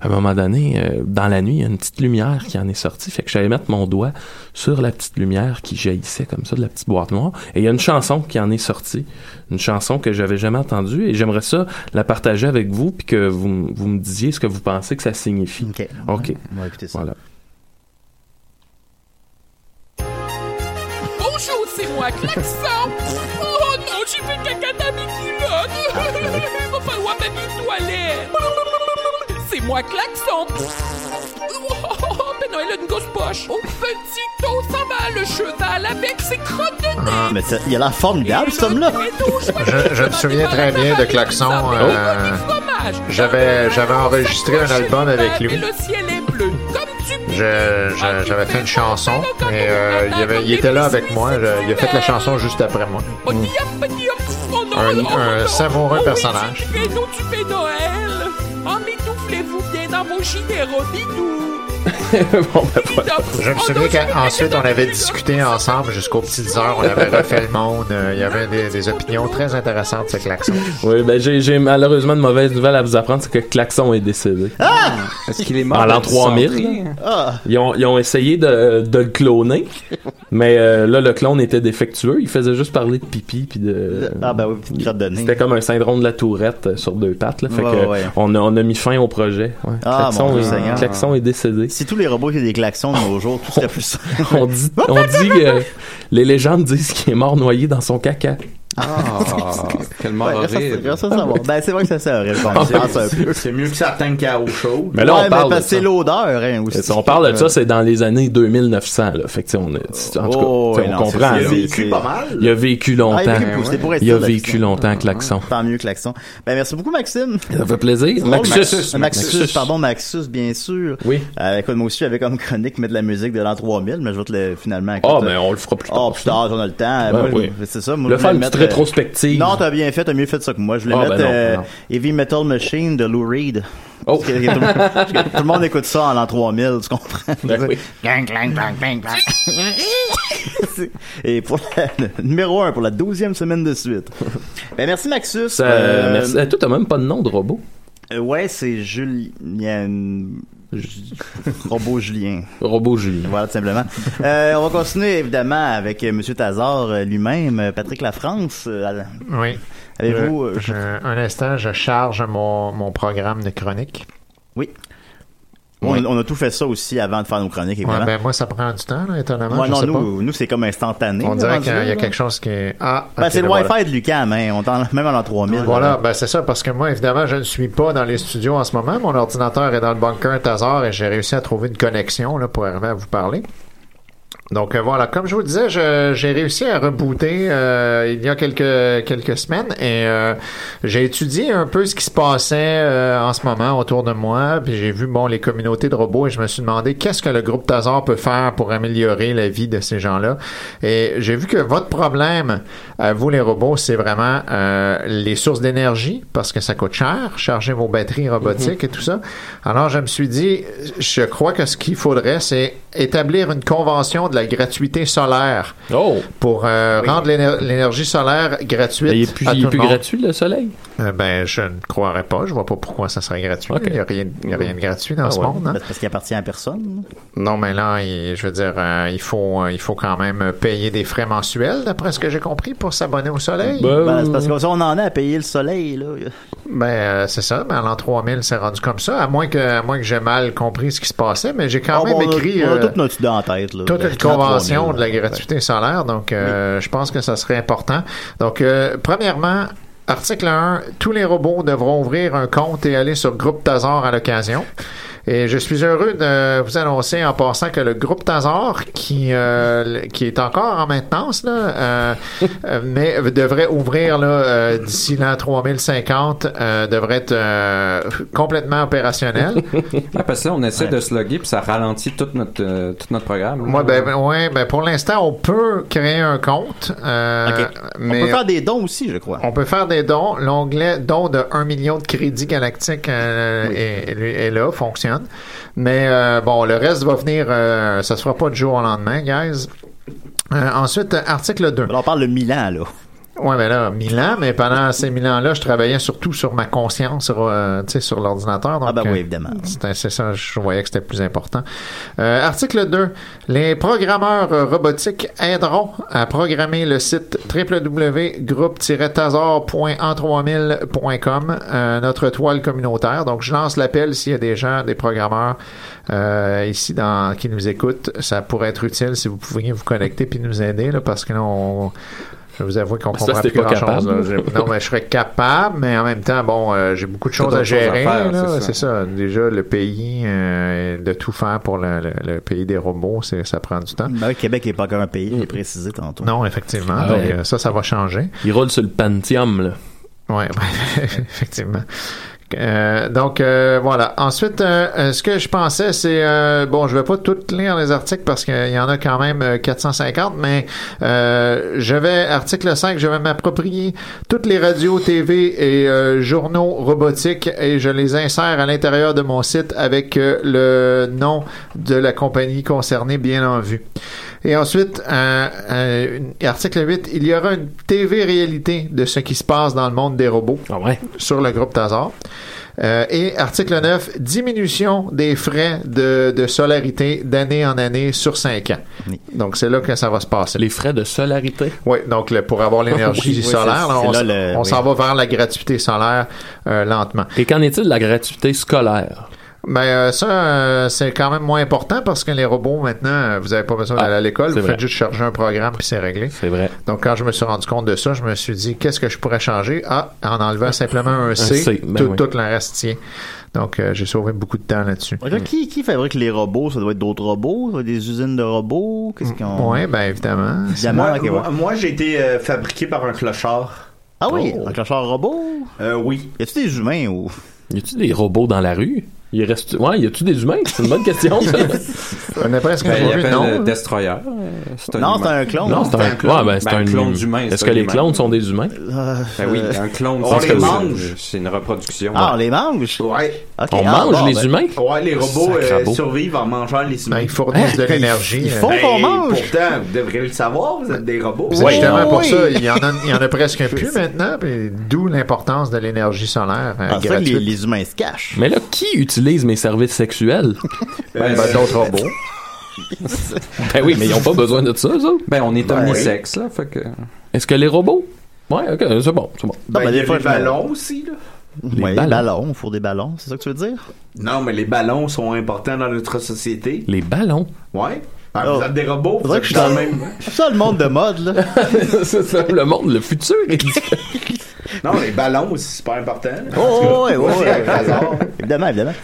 [SPEAKER 8] à un moment donné, euh, dans la nuit, il y a une petite lumière qui en est sortie. Fait que j'allais mettre mon doigt sur la petite lumière qui jaillissait comme ça de la petite boîte noire. Et il y a une chanson qui en est sortie. Une chanson que j'avais jamais entendue et j'aimerais ça la partager avec vous puis que vous, m- vous me disiez ce que vous pensez que ça signifie.
[SPEAKER 9] OK.
[SPEAKER 8] OK.
[SPEAKER 9] On va écouter ça.
[SPEAKER 8] Voilà.
[SPEAKER 14] Bonjour, c'est moi, Klaxon. Oh non, j'ai fait caca dans mes culottes. Il va falloir mettre une toilette. C'est moi, Klaxon. Oh, ben non, elle a une grosse poche. Au petit dos s'en va le cheval avec ses crottes de nez.
[SPEAKER 9] Ah, mais ça- il a la formidable, cet homme-là.
[SPEAKER 11] Je, je me souviens très bien de Klaxon. euh, j'avais, j'avais enregistré un album avec lui.
[SPEAKER 14] Le ciel est bleu comme du
[SPEAKER 11] Je- je- j'avais fait une chanson et euh, il, y avait- il était là avec moi. Je- il a fait la chanson juste après moi. Hmm. Un, un
[SPEAKER 14] Oh
[SPEAKER 11] savoureux personnage.
[SPEAKER 14] Péno du Père Noël. Oh, Emmitouflez-vous bien dans vos gilets robidou.
[SPEAKER 11] Je me souviens qu'ensuite, on avait discuté ensemble jusqu'aux petites heures. On avait refait le monde. Euh, Il y avait des, des opinions très intéressantes, ce klaxon.
[SPEAKER 8] Oui, ben j'ai, j'ai malheureusement de mauvaises nouvelles à vous apprendre, c'est que Klaxon est décédé.
[SPEAKER 9] Ah!
[SPEAKER 7] Est-ce qu'il est mort?
[SPEAKER 8] En l'an
[SPEAKER 7] de
[SPEAKER 8] 3000.
[SPEAKER 7] dysenterie?
[SPEAKER 8] là. Ils ont, ils ont essayé de, de le cloner, mais euh, là, le clone était défectueux. Il faisait juste parler de pipi puis de.
[SPEAKER 9] Ah, ben oui, petite crotte de nez.
[SPEAKER 8] C'était comme un syndrome de la tourette euh, sur deux pattes. Là, fait
[SPEAKER 9] Ouais,
[SPEAKER 8] que
[SPEAKER 9] ouais.
[SPEAKER 8] on, a, on a mis fin au projet. Ouais.
[SPEAKER 9] Ah,
[SPEAKER 8] Klaxon,
[SPEAKER 9] mon Dieu
[SPEAKER 8] est,
[SPEAKER 9] Seigneur.
[SPEAKER 8] Klaxon est décédé.
[SPEAKER 9] Si tous les robots qui ont des klaxons de nos jours, tout serait plus simple.
[SPEAKER 8] On dit, on dit euh, les légendes disent qu'il est mort noyé dans son caca.
[SPEAKER 7] Ah, quelle mort
[SPEAKER 9] Ouais, reste à-
[SPEAKER 7] horrible.
[SPEAKER 9] reste à savoir. Ben, c'est vrai que ça, c'est horrible. quand même. Je pense un peu.
[SPEAKER 10] C'est mieux que ça tangue à eau chaude.
[SPEAKER 8] Ah, Mais là, on
[SPEAKER 9] Ouais,
[SPEAKER 8] parle
[SPEAKER 9] parce
[SPEAKER 8] de
[SPEAKER 9] que c'est
[SPEAKER 8] ça.
[SPEAKER 9] l'odeur, hein, aussi.
[SPEAKER 8] On parle de ça, c'est dans les années 2900. Là. Fait que, tu sais, on, est- c'est- en tout cas,
[SPEAKER 9] Oh,
[SPEAKER 8] tu sais,
[SPEAKER 9] ouais,
[SPEAKER 8] on
[SPEAKER 9] non,
[SPEAKER 8] comprend.
[SPEAKER 9] c'est-
[SPEAKER 8] là.
[SPEAKER 9] c'est- c'est-
[SPEAKER 8] Il a vécu
[SPEAKER 9] Ah, il
[SPEAKER 8] longtemps.
[SPEAKER 9] a vécu, c'était pour
[SPEAKER 8] Il
[SPEAKER 9] rester
[SPEAKER 8] a
[SPEAKER 9] là,
[SPEAKER 8] vécu longtemps, Klaxon.
[SPEAKER 9] Tant mieux que l'accent. Ben, merci beaucoup, Maxime.
[SPEAKER 8] Ça fait plaisir.
[SPEAKER 9] Oh,
[SPEAKER 8] Maxus.
[SPEAKER 9] Maxus. Maxus,
[SPEAKER 8] Maxus.
[SPEAKER 9] pardon, Maxus, bien sûr. Oui. Euh, écoute, moi aussi, j'avais comme chronique mettre de la musique de l'an 3000, mais je vais te le, finalement.
[SPEAKER 8] Ah,
[SPEAKER 9] écoute,
[SPEAKER 8] ben,
[SPEAKER 9] euh,
[SPEAKER 8] on le fera plus
[SPEAKER 9] Ah, plus tard, on a le temps.
[SPEAKER 8] Ben
[SPEAKER 9] Moi, je-
[SPEAKER 8] oui.
[SPEAKER 9] C'est ça. Moi,
[SPEAKER 8] Le
[SPEAKER 9] je voulais
[SPEAKER 8] faire une
[SPEAKER 9] mettre,
[SPEAKER 8] petite
[SPEAKER 9] euh,
[SPEAKER 8] rétrospective.
[SPEAKER 9] Non, t'as bien fait, t'as mieux fait ça que moi. Je voulais
[SPEAKER 8] Ah, ben
[SPEAKER 9] mettre
[SPEAKER 8] non,
[SPEAKER 9] euh,
[SPEAKER 8] non.
[SPEAKER 9] Heavy Metal Machine de Lou Reed.
[SPEAKER 8] Oh.
[SPEAKER 9] Parce que- que tout, le- parce que tout le monde écoute ça en l'an 3000, tu comprends?
[SPEAKER 8] Ben
[SPEAKER 14] Gang, gang, gang, gang, gang.
[SPEAKER 9] Et pour la- le numéro 1 pour la douzième semaine de suite. Ben, merci, Maxus.
[SPEAKER 8] Ça, merci. Eh, Toi, t'as même pas de nom de robot.
[SPEAKER 9] Euh, ouais, c'est Julien. Robot Julien.
[SPEAKER 8] Robot Julien.
[SPEAKER 9] Voilà, tout simplement. Euh, on va continuer, évidemment, avec euh, M. Tazard euh, lui-même, euh, Patrick Lafrance. euh, Alain.
[SPEAKER 11] Oui.
[SPEAKER 9] Avez-vous,
[SPEAKER 11] Je- je- un instant, je charge mon, mon programme de chronique.
[SPEAKER 9] Oui. On,
[SPEAKER 11] Oui.
[SPEAKER 9] on a tout fait ça aussi avant de faire nos chroniques,
[SPEAKER 11] Ouais,
[SPEAKER 9] évidemment.
[SPEAKER 11] ben, moi, ça prend du temps, là, étonnamment.
[SPEAKER 9] Ouais,
[SPEAKER 11] je
[SPEAKER 9] non,
[SPEAKER 11] sais
[SPEAKER 9] nous, nous, c'est comme instantané.
[SPEAKER 11] On
[SPEAKER 9] là,
[SPEAKER 11] dirait
[SPEAKER 9] rendu
[SPEAKER 11] qu'il y a-
[SPEAKER 9] là,
[SPEAKER 11] il y a
[SPEAKER 9] là.
[SPEAKER 11] quelque chose qui est- Ah,
[SPEAKER 9] Ben,
[SPEAKER 11] ok,
[SPEAKER 9] c'est le
[SPEAKER 11] le voilà.
[SPEAKER 9] Wi-Fi de Lucam, hein. On t'en- même en 3000.
[SPEAKER 11] pas. Voilà, ben c'est ça, parce que moi, évidemment, je ne suis pas dans les studios en ce moment. Mon ordinateur est dans le bunker Tazar et j'ai réussi à trouver une connexion là, pour arriver à vous parler. Donc euh, voilà, comme je vous le disais, je- j'ai réussi à rebooter euh, il y a quelques quelques semaines et euh, j'ai étudié un peu ce qui se passait euh, en ce moment autour de moi, puis j'ai vu bon les communautés de robots et je me suis demandé qu'est-ce que le groupe Tazar peut faire pour améliorer la vie de ces gens-là. Et j'ai vu que votre problème, à vous les robots, c'est vraiment euh, les sources d'énergie parce que ça coûte cher, charger vos batteries robotiques et tout ça. Alors je me suis dit, je crois que ce qu'il faudrait, c'est établir une convention de la gratuité solaire
[SPEAKER 8] Oh!
[SPEAKER 11] pour euh, rendre l'éner- l'énergie solaire gratuite.
[SPEAKER 8] Il est plus,
[SPEAKER 11] à
[SPEAKER 8] il est
[SPEAKER 11] tout
[SPEAKER 8] plus
[SPEAKER 11] le monde.
[SPEAKER 8] gratuit, le soleil.
[SPEAKER 11] Euh, ben, je ne croirais pas. Je vois pas pourquoi ça serait gratuit. Il n'y a, rien- il y a rien de gratuit dans
[SPEAKER 9] Ah
[SPEAKER 11] ce
[SPEAKER 9] ouais.
[SPEAKER 11] monde. hein.
[SPEAKER 9] Ben, c'est Parce qu'il appartient à personne.
[SPEAKER 11] Non, mais là, il- je veux dire, euh, il, faut, euh, il faut quand même payer des frais mensuels, d'après ce que j'ai compris, pour s'abonner au soleil.
[SPEAKER 9] Ben,
[SPEAKER 8] euh.
[SPEAKER 9] c'est parce que ça, on en est à payer le soleil, là.
[SPEAKER 11] Ben, euh, c'est ça. Ben, l'an 3000, c'est rendu comme ça. À moins que, à moins que j'ai mal compris ce qui se passait, mais j'ai quand
[SPEAKER 9] Ah,
[SPEAKER 11] même
[SPEAKER 9] bon, on a-
[SPEAKER 11] écrit
[SPEAKER 9] On a,
[SPEAKER 11] euh,
[SPEAKER 9] toute notre idée en tête, là.
[SPEAKER 11] toute
[SPEAKER 9] Le
[SPEAKER 11] une
[SPEAKER 9] 30 000,
[SPEAKER 11] convention
[SPEAKER 9] là.
[SPEAKER 11] de la gratuité solaire. Donc, euh, je pense que ça serait important. Donc, euh, premièrement, article 1, tous les robots devront ouvrir un compte et aller sur Groupe Tazor à l'occasion. Et je suis heureux de vous annoncer en passant que le groupe Tazor, qui, euh, le- qui est encore en maintenance, là, euh, euh, mais devrait ouvrir là, euh, d'ici l'an 3050, euh, devrait être euh, complètement opérationnel.
[SPEAKER 7] Ah, parce que là, on essaie
[SPEAKER 11] Ouais.
[SPEAKER 7] de se loguer, puis ça ralentit tout notre, euh, tout notre programme.
[SPEAKER 11] Moi, ben, ben, ouais, ben, pour l'instant, on peut créer un compte. euh, mais
[SPEAKER 7] On peut faire
[SPEAKER 9] des dons aussi, je crois.
[SPEAKER 11] On peut faire des dons. L'onglet dons de 1 million de crédits galactiques euh, est, est- est là, fonctionne. Mais euh, bon, le reste va venir, euh, ça se fera pas du jour au lendemain, guys. Euh, ensuite, euh, article 2.
[SPEAKER 9] on parle de Milan, là.
[SPEAKER 11] Ouais, mais là, Milan, mais pendant ces mille ans-là, je travaillais surtout sur ma conscience, sur, euh, tu sais, sur l'ordinateur. Ah,
[SPEAKER 9] ben oui, évidemment.
[SPEAKER 11] C'est c'est ça, je voyais que c'était plus important. Euh, article 2. Les programmeurs euh, robotiques aideront à programmer le site www.groupe-tazor.en3000.com, euh, notre toile communautaire. Donc, je lance l'appel s'il y a des gens, des programmeurs euh, ici dans, qui nous écoutent. Ça pourrait être utile si vous pouviez vous connecter puis nous aider, là, parce que là, on... Je vous avoue qu'on
[SPEAKER 8] Parce que là,
[SPEAKER 11] comprend
[SPEAKER 8] c'était
[SPEAKER 11] plus
[SPEAKER 8] pas
[SPEAKER 11] grand-chose.
[SPEAKER 8] capable.
[SPEAKER 11] là. Je- hein, Non, mais je serais capable, mais en même temps, bon, euh, j'ai beaucoup de
[SPEAKER 8] T'as
[SPEAKER 11] choses à
[SPEAKER 8] d'autres choses à
[SPEAKER 11] gérer.
[SPEAKER 8] faire,
[SPEAKER 11] là,
[SPEAKER 8] c'est ça.
[SPEAKER 11] c'est ça. Déjà, le pays, euh, de tout faire pour le, le- le pays des robots, c'est- ça prend du temps.
[SPEAKER 9] Ben, le Québec n'est pas encore un pays, je l'ai précisé tantôt.
[SPEAKER 11] Non, effectivement.
[SPEAKER 8] Ah
[SPEAKER 11] donc,
[SPEAKER 8] ouais.
[SPEAKER 11] euh, ça, ça va changer.
[SPEAKER 8] Il roule sur le Pentium, là.
[SPEAKER 11] Ouais, ouais, effectivement. Euh, donc euh, voilà. Ensuite, euh, euh, ce que je pensais, c'est euh, bon, je vais pas tout lire les articles parce qu'il y en a quand même euh, 450, mais euh, je vais article 5, je vais m'approprier toutes les radios, TV et euh, journaux robotiques et je les insère à l'intérieur de mon site avec euh, le nom de la compagnie concernée bien en vue. Et ensuite, euh, euh, une- article 8, il y aura une TV réalité de ce qui se passe dans le monde des robots
[SPEAKER 8] Ah
[SPEAKER 11] sur le groupe Tazar. Euh, et article 9, diminution des frais de, de solarité d'année en année sur 5 ans. Donc c'est là que ça va se passer. Les
[SPEAKER 8] frais de solarité?
[SPEAKER 11] Oui, donc le- pour avoir l'énergie
[SPEAKER 8] Oui, oui,
[SPEAKER 11] solaire,
[SPEAKER 8] c'est-
[SPEAKER 11] là, on
[SPEAKER 8] c'est
[SPEAKER 11] s-
[SPEAKER 8] là le-
[SPEAKER 11] on
[SPEAKER 8] oui.
[SPEAKER 11] s'en va vers la gratuité solaire euh, lentement.
[SPEAKER 8] Et qu'en est-il de la gratuité scolaire?
[SPEAKER 11] Ben euh, ça, euh, c'est quand même moins important parce que les robots maintenant, euh, vous n'avez pas besoin d'aller à l'école, vous
[SPEAKER 8] c'est vrai.
[SPEAKER 11] faites juste charger un programme puis c'est réglé. C'est
[SPEAKER 8] vrai.
[SPEAKER 11] Donc quand je me suis rendu compte de ça, je me suis dit qu'est-ce que je pourrais changer Ah, en enlevant simplement un C,
[SPEAKER 9] C, ben
[SPEAKER 11] tout,
[SPEAKER 9] oui.
[SPEAKER 11] tout le reste tient. Donc euh, j'ai sauvé beaucoup de temps là-dessus.
[SPEAKER 9] Fait que là, qui, qui fabrique les robots? Ça doit être d'autres robots? Ça doit être des usines de robots? Qu'est-ce qu'on...
[SPEAKER 11] Oui, ben évidemment.
[SPEAKER 9] Évidemment,
[SPEAKER 10] moi,
[SPEAKER 9] ok, ouais.
[SPEAKER 10] moi- moi, j'ai été euh, fabriqué par un clochard. Oh.
[SPEAKER 9] Ah oui, un clochard robot?
[SPEAKER 7] Euh,
[SPEAKER 10] oui.
[SPEAKER 9] Y a-tu des humains ou...
[SPEAKER 8] Y a-tu des robots dans la rue? Il reste... Ouais, y a-tu des humains? C'est une bonne question. ça.
[SPEAKER 11] On a presque
[SPEAKER 7] Ben, il
[SPEAKER 11] pas vu,
[SPEAKER 7] appelle
[SPEAKER 11] non?
[SPEAKER 7] le Destroyer. Euh,
[SPEAKER 9] Non,
[SPEAKER 7] humain.
[SPEAKER 9] c'est un clone.
[SPEAKER 8] Non, c'est un, ouais, ben, c'est
[SPEAKER 7] Ben,
[SPEAKER 8] un
[SPEAKER 7] clone d'humain.
[SPEAKER 8] Est-ce
[SPEAKER 7] c'est
[SPEAKER 8] que
[SPEAKER 7] un
[SPEAKER 8] les
[SPEAKER 7] humain.
[SPEAKER 8] clones sont des humains?
[SPEAKER 9] Euh,
[SPEAKER 7] Ben oui, un clone.
[SPEAKER 8] On
[SPEAKER 7] c'est
[SPEAKER 8] les
[SPEAKER 7] que
[SPEAKER 8] mange.
[SPEAKER 7] C'est une reproduction.
[SPEAKER 9] Ah, on les mange?
[SPEAKER 10] Ouais.
[SPEAKER 9] Ok,
[SPEAKER 8] On
[SPEAKER 9] ah,
[SPEAKER 8] mange
[SPEAKER 9] bon,
[SPEAKER 8] les
[SPEAKER 9] ben-
[SPEAKER 8] humains?
[SPEAKER 10] Ouais, les robots euh,
[SPEAKER 8] Sacrabo.
[SPEAKER 10] survivent en mangeant les humains.
[SPEAKER 11] ils fournissent de
[SPEAKER 10] Ben,
[SPEAKER 11] l'énergie,
[SPEAKER 10] Ils
[SPEAKER 11] euh.
[SPEAKER 10] font
[SPEAKER 11] Ben,
[SPEAKER 10] qu'on mange.
[SPEAKER 11] mange.
[SPEAKER 10] Pourtant, vous devriez le savoir, vous êtes des robots.
[SPEAKER 11] C'est justement pour ça, il y, en a, il y en a presque
[SPEAKER 10] Je
[SPEAKER 11] plus
[SPEAKER 10] sais.
[SPEAKER 11] maintenant, puis d'où l'importance de l'énergie solaire euh,
[SPEAKER 8] Ah, c'est vrai que
[SPEAKER 11] gratuite.
[SPEAKER 8] les- les
[SPEAKER 9] humains se cachent.
[SPEAKER 8] Mais là, qui utilise mes services sexuels?
[SPEAKER 11] Ben, ben, d'autres robots.
[SPEAKER 8] Ben oui, mais ils n'ont pas besoin de ça, ça.
[SPEAKER 7] Ben, on est
[SPEAKER 8] Ben oui.
[SPEAKER 7] omnisexe, là. Fait que.
[SPEAKER 8] Est-ce que les robots? Ouais, ok, c'est bon, c'est
[SPEAKER 9] Non,
[SPEAKER 8] bon.
[SPEAKER 9] ben,
[SPEAKER 10] il y
[SPEAKER 9] des
[SPEAKER 10] a
[SPEAKER 9] fois,
[SPEAKER 10] les
[SPEAKER 9] je me-
[SPEAKER 10] ballons aussi, là.
[SPEAKER 9] Ouais, Les
[SPEAKER 8] ballons.
[SPEAKER 9] ballons, pour des ballons, c'est ça que tu veux dire?
[SPEAKER 10] Non, mais les ballons sont importants dans notre société.
[SPEAKER 8] Les ballons?
[SPEAKER 10] Ouais. Ah, Vous êtes des robots, vous
[SPEAKER 9] Oh. Faudrait
[SPEAKER 10] êtes
[SPEAKER 9] que je
[SPEAKER 10] dans le
[SPEAKER 9] suis
[SPEAKER 10] même. hein.
[SPEAKER 9] C'est ça le monde de mode, là.
[SPEAKER 8] c'est ça, le monde, le futur.
[SPEAKER 10] Non, les ballons aussi, c'est pas important.
[SPEAKER 9] Oh, ouais, ouais,
[SPEAKER 10] Moi, c'est
[SPEAKER 9] ouais.
[SPEAKER 10] un hasard.
[SPEAKER 9] Évidemment, évidemment.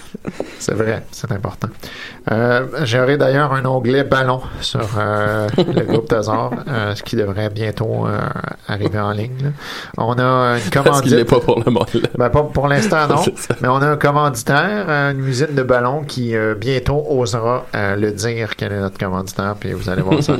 [SPEAKER 11] C'est vrai, c'est important. Euh, J'aurai d'ailleurs un onglet ballon sur euh, le groupe Tazar, euh, ce qui devrait bientôt euh, arriver en ligne. là. On a une
[SPEAKER 8] Parce qu'il l'est
[SPEAKER 11] commandite.
[SPEAKER 8] pas pour le monde. là.
[SPEAKER 11] Ben, pas pour l'instant, non.
[SPEAKER 8] C'est ça.
[SPEAKER 11] Mais on a un commanditaire, euh, une usine de ballons qui euh, bientôt osera euh, le dire quel est notre commanditaire, puis vous allez voir ça.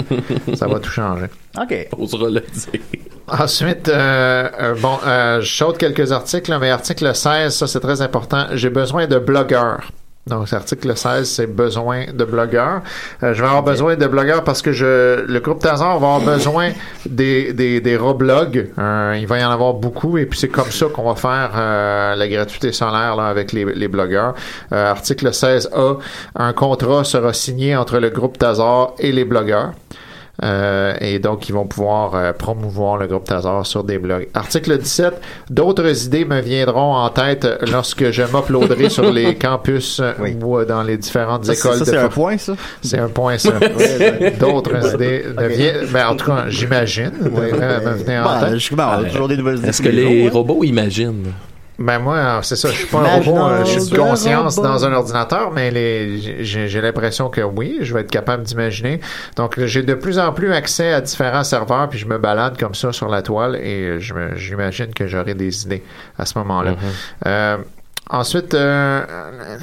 [SPEAKER 11] ça va tout changer.
[SPEAKER 9] OK.
[SPEAKER 8] Osera le dire.
[SPEAKER 11] Ensuite, euh, euh, bon, euh, je saute quelques articles, là, mais article 16, ça c'est très important. J'ai besoin de blogueurs. Donc, article 16, c'est besoin de blogueurs. Euh, je vais avoir besoin de blogueurs parce que je, le groupe Tazar va avoir besoin des, des, des roblogs. Euh, il va y en avoir beaucoup et puis c'est comme ça qu'on va faire euh, la gratuité solaire là, avec les, les blogueurs. Euh, article 16A, un contrat sera signé entre le groupe Tazar et les blogueurs. Euh, et donc, ils vont pouvoir euh, promouvoir le groupe Tazar sur des blogs. Article 17. D'autres idées me viendront en tête lorsque je m'uploaderai sur les campus euh, ou euh, dans les différentes
[SPEAKER 9] Ça, c'est-
[SPEAKER 11] écoles
[SPEAKER 9] ça,
[SPEAKER 11] de
[SPEAKER 9] c'est un
[SPEAKER 11] for-
[SPEAKER 9] point, ça?
[SPEAKER 11] C'est un point, ça. D'autres idées me viennent... ben, en tout cas, j'imagine. devraient me venir Euh, ben, en
[SPEAKER 9] Bon,
[SPEAKER 11] tête.
[SPEAKER 9] Ben, Bah, justement,
[SPEAKER 11] Euh,
[SPEAKER 9] on a toujours des nouvelles
[SPEAKER 8] Euh, Est-ce que
[SPEAKER 9] idées tous
[SPEAKER 8] les
[SPEAKER 9] jours, hein.
[SPEAKER 8] robots imaginent?
[SPEAKER 11] Ben moi, euh, c'est ça, je suis pas un
[SPEAKER 9] Imaginons
[SPEAKER 11] robot, euh, je suis
[SPEAKER 9] de
[SPEAKER 11] de conscience
[SPEAKER 9] robot.
[SPEAKER 11] dans un ordinateur, mais les- j'ai j'ai l'impression que oui, je vais être capable d'imaginer. Donc j'ai de plus en plus accès à différents serveurs, puis je me balade comme ça sur la toile et je me- j'imagine que j'aurai des idées à ce moment-là. Euh, Ensuite, euh,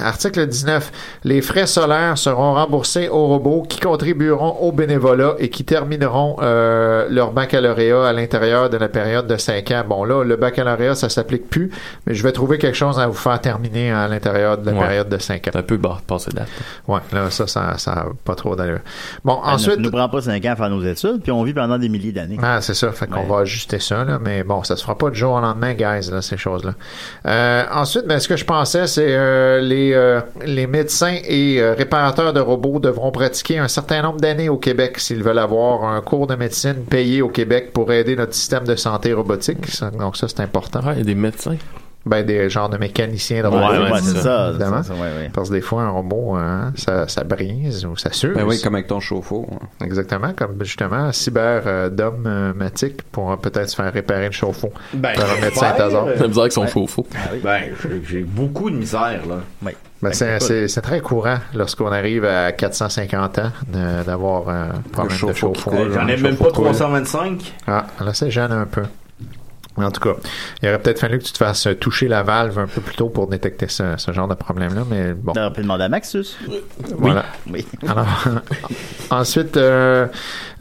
[SPEAKER 11] article 19. Les frais solaires seront remboursés aux robots qui contribueront au bénévolat et qui termineront euh, leur baccalauréat à l'intérieur de la période de 5 ans. Bon, là, le baccalauréat, ça s'applique plus, mais je vais trouver quelque chose à vous faire terminer à l'intérieur de la
[SPEAKER 8] Ouais.
[SPEAKER 11] période de 5 ans.
[SPEAKER 8] C'est un peu bas, passé date.
[SPEAKER 11] Ouais, là, ça, ça ça a pas trop d'allure. Bon,
[SPEAKER 9] Ben,
[SPEAKER 11] ensuite...
[SPEAKER 9] ne nous prend pas 5 ans à faire nos études, puis on vit pendant des milliers d'années.
[SPEAKER 11] Ah, c'est ça. Fait qu'on va ajuster ça, là. Mais bon, ça se fera pas du jour au lendemain, guys, là, ces choses-là. Euh, ensuite, ben, ce que je pensais, c'est euh, les, euh, les médecins et euh, réparateurs de robots devront pratiquer un certain nombre d'années au Québec s'ils veulent avoir un cours de médecine payé au Québec pour aider notre système de santé robotique. Ça- donc ça, c'est important.
[SPEAKER 8] Ouais, il y a des médecins.
[SPEAKER 11] Ben, des genres de mécaniciens de
[SPEAKER 9] Ouais,
[SPEAKER 11] robots,
[SPEAKER 9] ouais, c'est ça,
[SPEAKER 11] évidemment.
[SPEAKER 9] c'est ça, ouais, ouais.
[SPEAKER 11] Parce que des fois, un robot, hein, ça, ça brise ou ça suce.
[SPEAKER 7] Ben oui, comme avec ton chauffe-eau. hein.
[SPEAKER 11] Exactement, comme justement cyber euh, dom euh, matic pour euh, peut-être se faire réparer le chauffe-eau.
[SPEAKER 10] Ben,
[SPEAKER 11] Par un médecin
[SPEAKER 10] j'espère,
[SPEAKER 11] Tazar.
[SPEAKER 10] euh,
[SPEAKER 8] Ça me dirait qu'ils sont
[SPEAKER 10] ben,
[SPEAKER 8] chauffe-eau.
[SPEAKER 10] Ben, j'ai- j'ai beaucoup de misère, là.
[SPEAKER 9] Ouais.
[SPEAKER 11] Ben, c'est,
[SPEAKER 9] Écoute.
[SPEAKER 11] c'est- c'est très courant lorsqu'on arrive à 450 ans de- d'avoir un problème de
[SPEAKER 7] chauffe-eau qui
[SPEAKER 11] chauffe-eau.
[SPEAKER 7] coule.
[SPEAKER 11] genre
[SPEAKER 10] J'en ai
[SPEAKER 11] de
[SPEAKER 10] même pas
[SPEAKER 11] chauffe-eau qui coule.
[SPEAKER 10] 325.
[SPEAKER 11] Ah, là, c'est gêne un peu. En tout cas, il aurait peut-être fallu que tu te fasses euh, toucher la valve un peu plus tôt pour détecter ce, ce genre de problème-là, mais bon.
[SPEAKER 9] On peut demander à Maxus.
[SPEAKER 11] Voilà.
[SPEAKER 9] Oui.
[SPEAKER 11] Alors, ensuite, euh,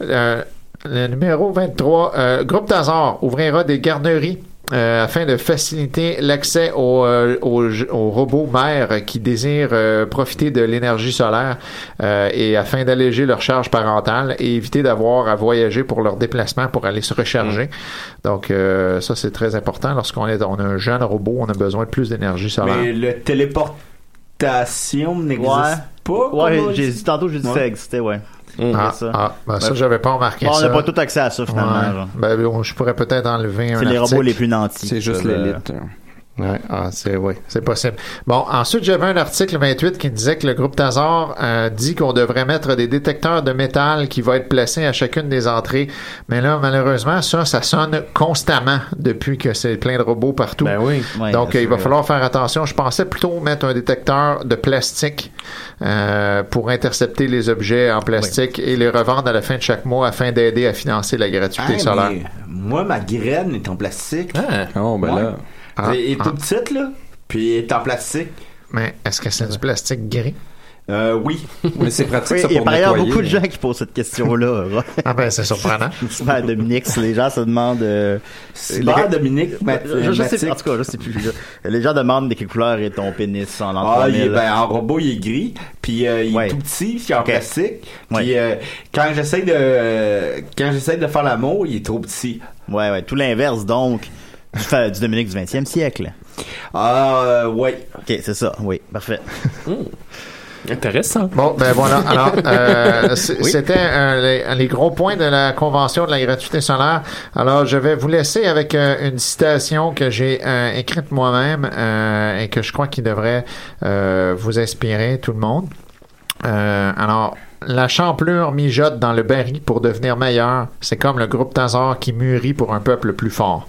[SPEAKER 11] euh, le numéro 23, euh, Groupe Tazar ouvrira des garderies. euh, afin de faciliter l'accès aux, euh, aux, aux robots mères qui désirent euh, profiter de l'énergie solaire euh, et afin d'alléger leur charge parentale et éviter d'avoir à voyager pour leur déplacement pour aller se recharger.
[SPEAKER 9] Mm.
[SPEAKER 11] Donc euh, ça c'est très important. Lorsqu'on est on a un jeune robot, on a besoin de plus d'énergie solaire.
[SPEAKER 10] Mais le téléportation n'existe
[SPEAKER 9] Ouais.
[SPEAKER 10] pas.
[SPEAKER 9] Ouais, j'ai dit tantôt, j'ai dit
[SPEAKER 10] Ouais.
[SPEAKER 9] ça existait, ouais.
[SPEAKER 11] Ah,
[SPEAKER 9] mm, C'est ça.
[SPEAKER 11] ah, ben, ça
[SPEAKER 9] Ben,
[SPEAKER 11] j'avais pas remarqué
[SPEAKER 9] Bon, on
[SPEAKER 11] ça.
[SPEAKER 9] n'a pas tout accès à ça, finalement.
[SPEAKER 11] Ouais.
[SPEAKER 9] genre.
[SPEAKER 11] Ben, bon, je pourrais peut-être enlever un
[SPEAKER 9] C'est les
[SPEAKER 11] article. Euh,
[SPEAKER 9] robots les plus nantis.
[SPEAKER 7] C'est juste
[SPEAKER 9] Ça, là.
[SPEAKER 7] l'élite. hein.
[SPEAKER 11] Ouais, ah, c'est oui, c'est possible. Bon, ensuite, j'avais un article 28 qui disait que le groupe Tazar euh, dit qu'on devrait mettre des détecteurs de métal qui vont être placés à chacune des entrées. Mais là, malheureusement, ça, ça sonne constamment depuis que c'est plein de robots partout.
[SPEAKER 7] Ben
[SPEAKER 9] Ouais,
[SPEAKER 11] Donc,
[SPEAKER 9] bien
[SPEAKER 11] il va
[SPEAKER 9] sûr.
[SPEAKER 11] falloir faire attention. Je pensais plutôt mettre un détecteur de plastique euh, pour intercepter les objets en plastique et les revendre à la fin de chaque mois afin d'aider à financer la gratuité
[SPEAKER 10] Hey,
[SPEAKER 11] solaire.
[SPEAKER 10] mais Moi, ma graine est en plastique.
[SPEAKER 11] oh, ben là. Ah,
[SPEAKER 10] Elle est
[SPEAKER 11] ah.
[SPEAKER 10] toute petite, là. Puis elle est en plastique.
[SPEAKER 11] Mais est-ce que c'est du plastique gris?
[SPEAKER 10] Euh, oui.
[SPEAKER 7] Mais c'est pratique,
[SPEAKER 9] Oui, il y a par ailleurs beaucoup de gens qui posent cette question-là.
[SPEAKER 11] ah ben, c'est surprenant.
[SPEAKER 9] Super Dominique, si les gens se demandent... Euh,
[SPEAKER 10] Cyber
[SPEAKER 9] les- Ben,
[SPEAKER 10] Dominique Math-
[SPEAKER 9] je, je sais,
[SPEAKER 10] Mathique.
[SPEAKER 9] En tout cas, je sais plus. je- les gens demandent de quelle couleur est ton pénis en l'an
[SPEAKER 10] Ah,
[SPEAKER 9] 3000.
[SPEAKER 10] il est- ben, en robot, il est gris, puis euh, il est tout petit, puis il est en plastique. Puis euh, quand j'essaie de euh, quand j'essaie de faire l'amour, il est trop petit.
[SPEAKER 9] Ouais, ouais, tout l'inverse donc du, fa- Euh, du Dominique du 20e siècle.
[SPEAKER 10] Ah, ouais. Hmm.
[SPEAKER 9] Ok, c'est ça, oui, parfait.
[SPEAKER 8] Intéressant.
[SPEAKER 11] Bon, ben voilà. Alors, euh, c'est-
[SPEAKER 9] Oui.
[SPEAKER 11] c'était euh, les, les gros points de la Convention de la gratuité solaire. Alors, je vais vous laisser avec euh, une citation que j'ai euh, écrite moi-même euh, et que je crois qu'il devrait euh, vous inspirer, tout le monde. Euh, alors, la champlure mijote dans le baril pour devenir meilleur. C'est comme le groupe Tazar qui mûrit pour un peuple plus fort.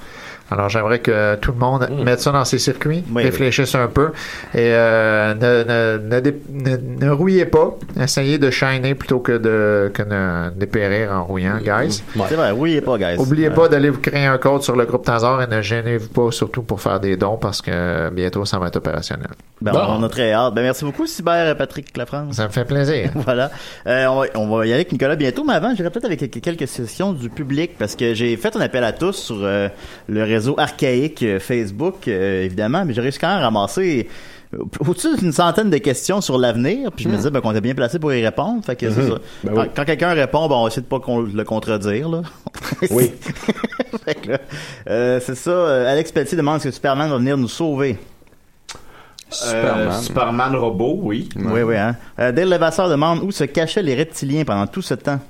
[SPEAKER 11] Alors, j'aimerais que tout le monde mette ça dans ses circuits, réfléchisse un peu et euh, ne, ne, ne, dé- ne- ne rouillez pas. Essayez de shiner plutôt que de, que de dépérir en rouillant, guys.
[SPEAKER 9] Mm-hmm. C'est vrai, oui, il est pas, guys.
[SPEAKER 11] Oubliez
[SPEAKER 9] Ouais.
[SPEAKER 11] pas d'aller vous créer un code sur le groupe Tazar et ne gênez-vous pas surtout pour faire des dons parce que bientôt ça va être opérationnel.
[SPEAKER 9] Ben, on a très hâte. Ben, merci beaucoup, Cyber Patrick Lafrance.
[SPEAKER 11] Ça me fait plaisir.
[SPEAKER 9] voilà. Euh, on, va, on va y aller avec Nicolas bientôt, mais avant, j'irai peut-être avec quelques- quelques questions du public parce que j'ai fait un appel à tous sur euh, le réseau archaïque euh, Facebook, euh, évidemment, mais j'ai réussi quand même à ramasser euh, au-dessus d'une centaine de questions sur l'avenir,
[SPEAKER 11] Hmm.
[SPEAKER 9] puis je me disais ben, qu'on était bien placé pour y répondre. Fait que c'est
[SPEAKER 5] Mhm.
[SPEAKER 9] ça.
[SPEAKER 5] Ben
[SPEAKER 9] quand
[SPEAKER 5] oui.
[SPEAKER 9] quand quelqu'un répond, ben, on essaie de pas qu'on le contredire. Là. oui. c'est ça. euh, Alex Pelletier demande est-ce que Superman va venir nous sauver.
[SPEAKER 10] Superman. Euh, Superman robot, oui.
[SPEAKER 9] Oui, oui. Hein? Euh, Dale Levasseur demande où se cachaient les reptiliens pendant tout ce temps.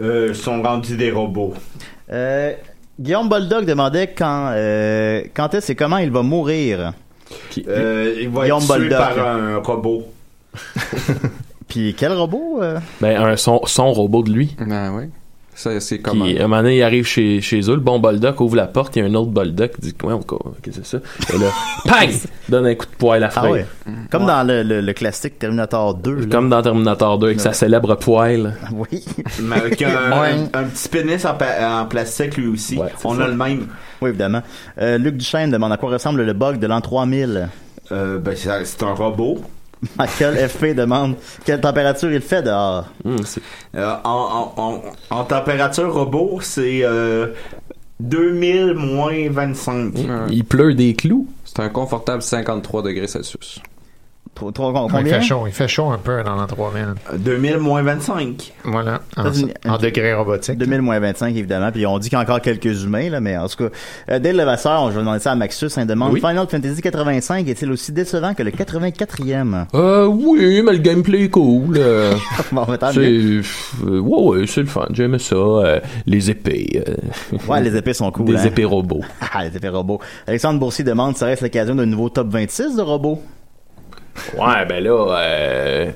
[SPEAKER 10] Euh, ils sont rendus des robots.
[SPEAKER 9] Euh, Guillaume Boldock demandait quand, euh, quand est-ce et comment il va mourir.
[SPEAKER 10] Euh, il va
[SPEAKER 9] Guillaume
[SPEAKER 10] être tué
[SPEAKER 9] Boldock.
[SPEAKER 10] par un robot.
[SPEAKER 9] Puis quel robot euh?
[SPEAKER 8] Ben, un, son, son robot de lui.
[SPEAKER 7] Ben oui. Ça, c'est
[SPEAKER 8] Puis,
[SPEAKER 7] comment?
[SPEAKER 8] à un moment donné, il arrive chez, chez eux, le bon Boldock ouvre la porte, il y a un autre Boldock qui dit Ouais, on- qu'est-ce que c'est ça Et là, PANG Donne un coup de poing à la
[SPEAKER 9] Ah
[SPEAKER 8] frère.
[SPEAKER 9] ouais. Comme dans le, le- le classique Terminator 2. là.
[SPEAKER 8] Comme dans Terminator 2 avec sa célèbre poêle.
[SPEAKER 9] Oui.
[SPEAKER 10] Mais avec un,
[SPEAKER 9] Ouais.
[SPEAKER 10] un- un petit pénis en, pa- en plastique, lui aussi. On
[SPEAKER 9] ça.
[SPEAKER 10] a le même.
[SPEAKER 9] Oui, évidemment. Euh, Luc Duchesne demande à quoi ressemble le bug de l'an 3000.
[SPEAKER 10] Euh, ben, c'est c'est un robot.
[SPEAKER 9] Michael FP demande quelle température il fait dehors.
[SPEAKER 10] Euh, en, en- en- en température robot, c'est euh, 2000 moins 25.
[SPEAKER 8] Il pleut des clous.
[SPEAKER 7] C'est un confortable 53 degrés Celsius.
[SPEAKER 9] Trop,
[SPEAKER 11] il fait chaud, il fait chaud un peu dans l'an 3000.
[SPEAKER 10] 2000 moins 25.
[SPEAKER 11] Voilà.
[SPEAKER 9] Ça, c'est une-
[SPEAKER 11] degrés robotiques.
[SPEAKER 9] 2000 moins 25, évidemment. Puis on dit qu'il y a encore quelques humains, là, mais en tout cas. Euh, Dale Levasseur, on- je vais demander ça à Maxus, il demande
[SPEAKER 8] Oui.
[SPEAKER 9] Final Fantasy 85 est-il aussi décevant que le 84e
[SPEAKER 8] Euh, oui, mais le gameplay est cool. euh.
[SPEAKER 9] Bon, ben, tant
[SPEAKER 8] c'est,
[SPEAKER 9] mieux.
[SPEAKER 8] euh, ouais, ouais, c'est le fun. J'aime ça. euh, les épées. euh.
[SPEAKER 9] Ouais, les épées sont cool.
[SPEAKER 8] Des
[SPEAKER 9] hein.
[SPEAKER 8] épées robots.
[SPEAKER 9] Ah, les épées robots. Alexandre Boursier demande serait-ce l'occasion d'un nouveau top 26 de robots
[SPEAKER 8] Ouais, ben là, euh,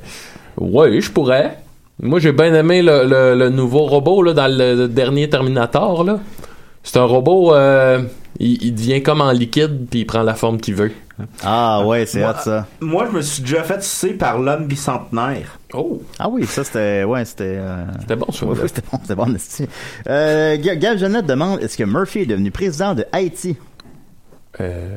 [SPEAKER 8] ouais, je pourrais. Moi, j'ai bien aimé le, le- le nouveau robot là, dans le dernier Terminator. Là. C'est un robot, euh, il, il devient comme en liquide, puis il prend la forme qu'il veut.
[SPEAKER 9] Ah ouais, c'est
[SPEAKER 10] Moi-
[SPEAKER 9] hot ça.
[SPEAKER 10] Moi, je me suis déjà fait sucer par l'homme bicentenaire.
[SPEAKER 8] Oh!
[SPEAKER 9] Ah oui, ça c'était. Ouais, c'était. euh,
[SPEAKER 8] C'était bon, ça.
[SPEAKER 9] ouais, ouais, c'était bon, c'était bon, esti. euh, Ga- Gab Jeannette demande est-ce que Murphy est devenu président de Haïti
[SPEAKER 8] Euh,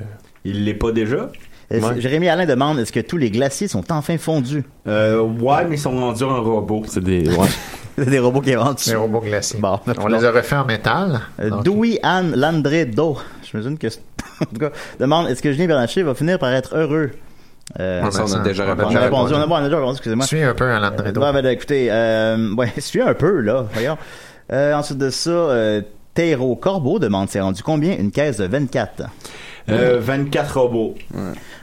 [SPEAKER 10] Il l'est pas déjà?
[SPEAKER 9] Est-ce-
[SPEAKER 10] Ouais.
[SPEAKER 9] Jérémy Alain demande est-ce que tous les glaciers sont enfin fondus
[SPEAKER 10] Euh, ouais, mais ils sont rendus un robot.
[SPEAKER 8] C'est des. Ouais.
[SPEAKER 9] C'est des robots qui inventent.
[SPEAKER 11] Des robots glacés.
[SPEAKER 9] Bon,
[SPEAKER 11] On les aurait fait en métal.
[SPEAKER 9] Euh,
[SPEAKER 11] Donc,
[SPEAKER 9] Dewey Anne Landré Do. Je me dis que. c'est- en tout cas, demande est-ce que Julien Bernatchez va finir par être heureux Euh,
[SPEAKER 7] Ah, ça, on a déjà
[SPEAKER 9] on
[SPEAKER 7] répondu.
[SPEAKER 9] a répondu. On a, bon, on a déjà répondu, excusez-moi.
[SPEAKER 11] Suis un peu à
[SPEAKER 9] Euh,
[SPEAKER 11] l'André Do.
[SPEAKER 9] bon, ben, écoutez, euh, ouais, suis un peu, là. Voyons. Euh, ensuite de ça, euh, Théro Corbeau demande c'est rendu combien une caisse de 24
[SPEAKER 10] Euh, 24 robots.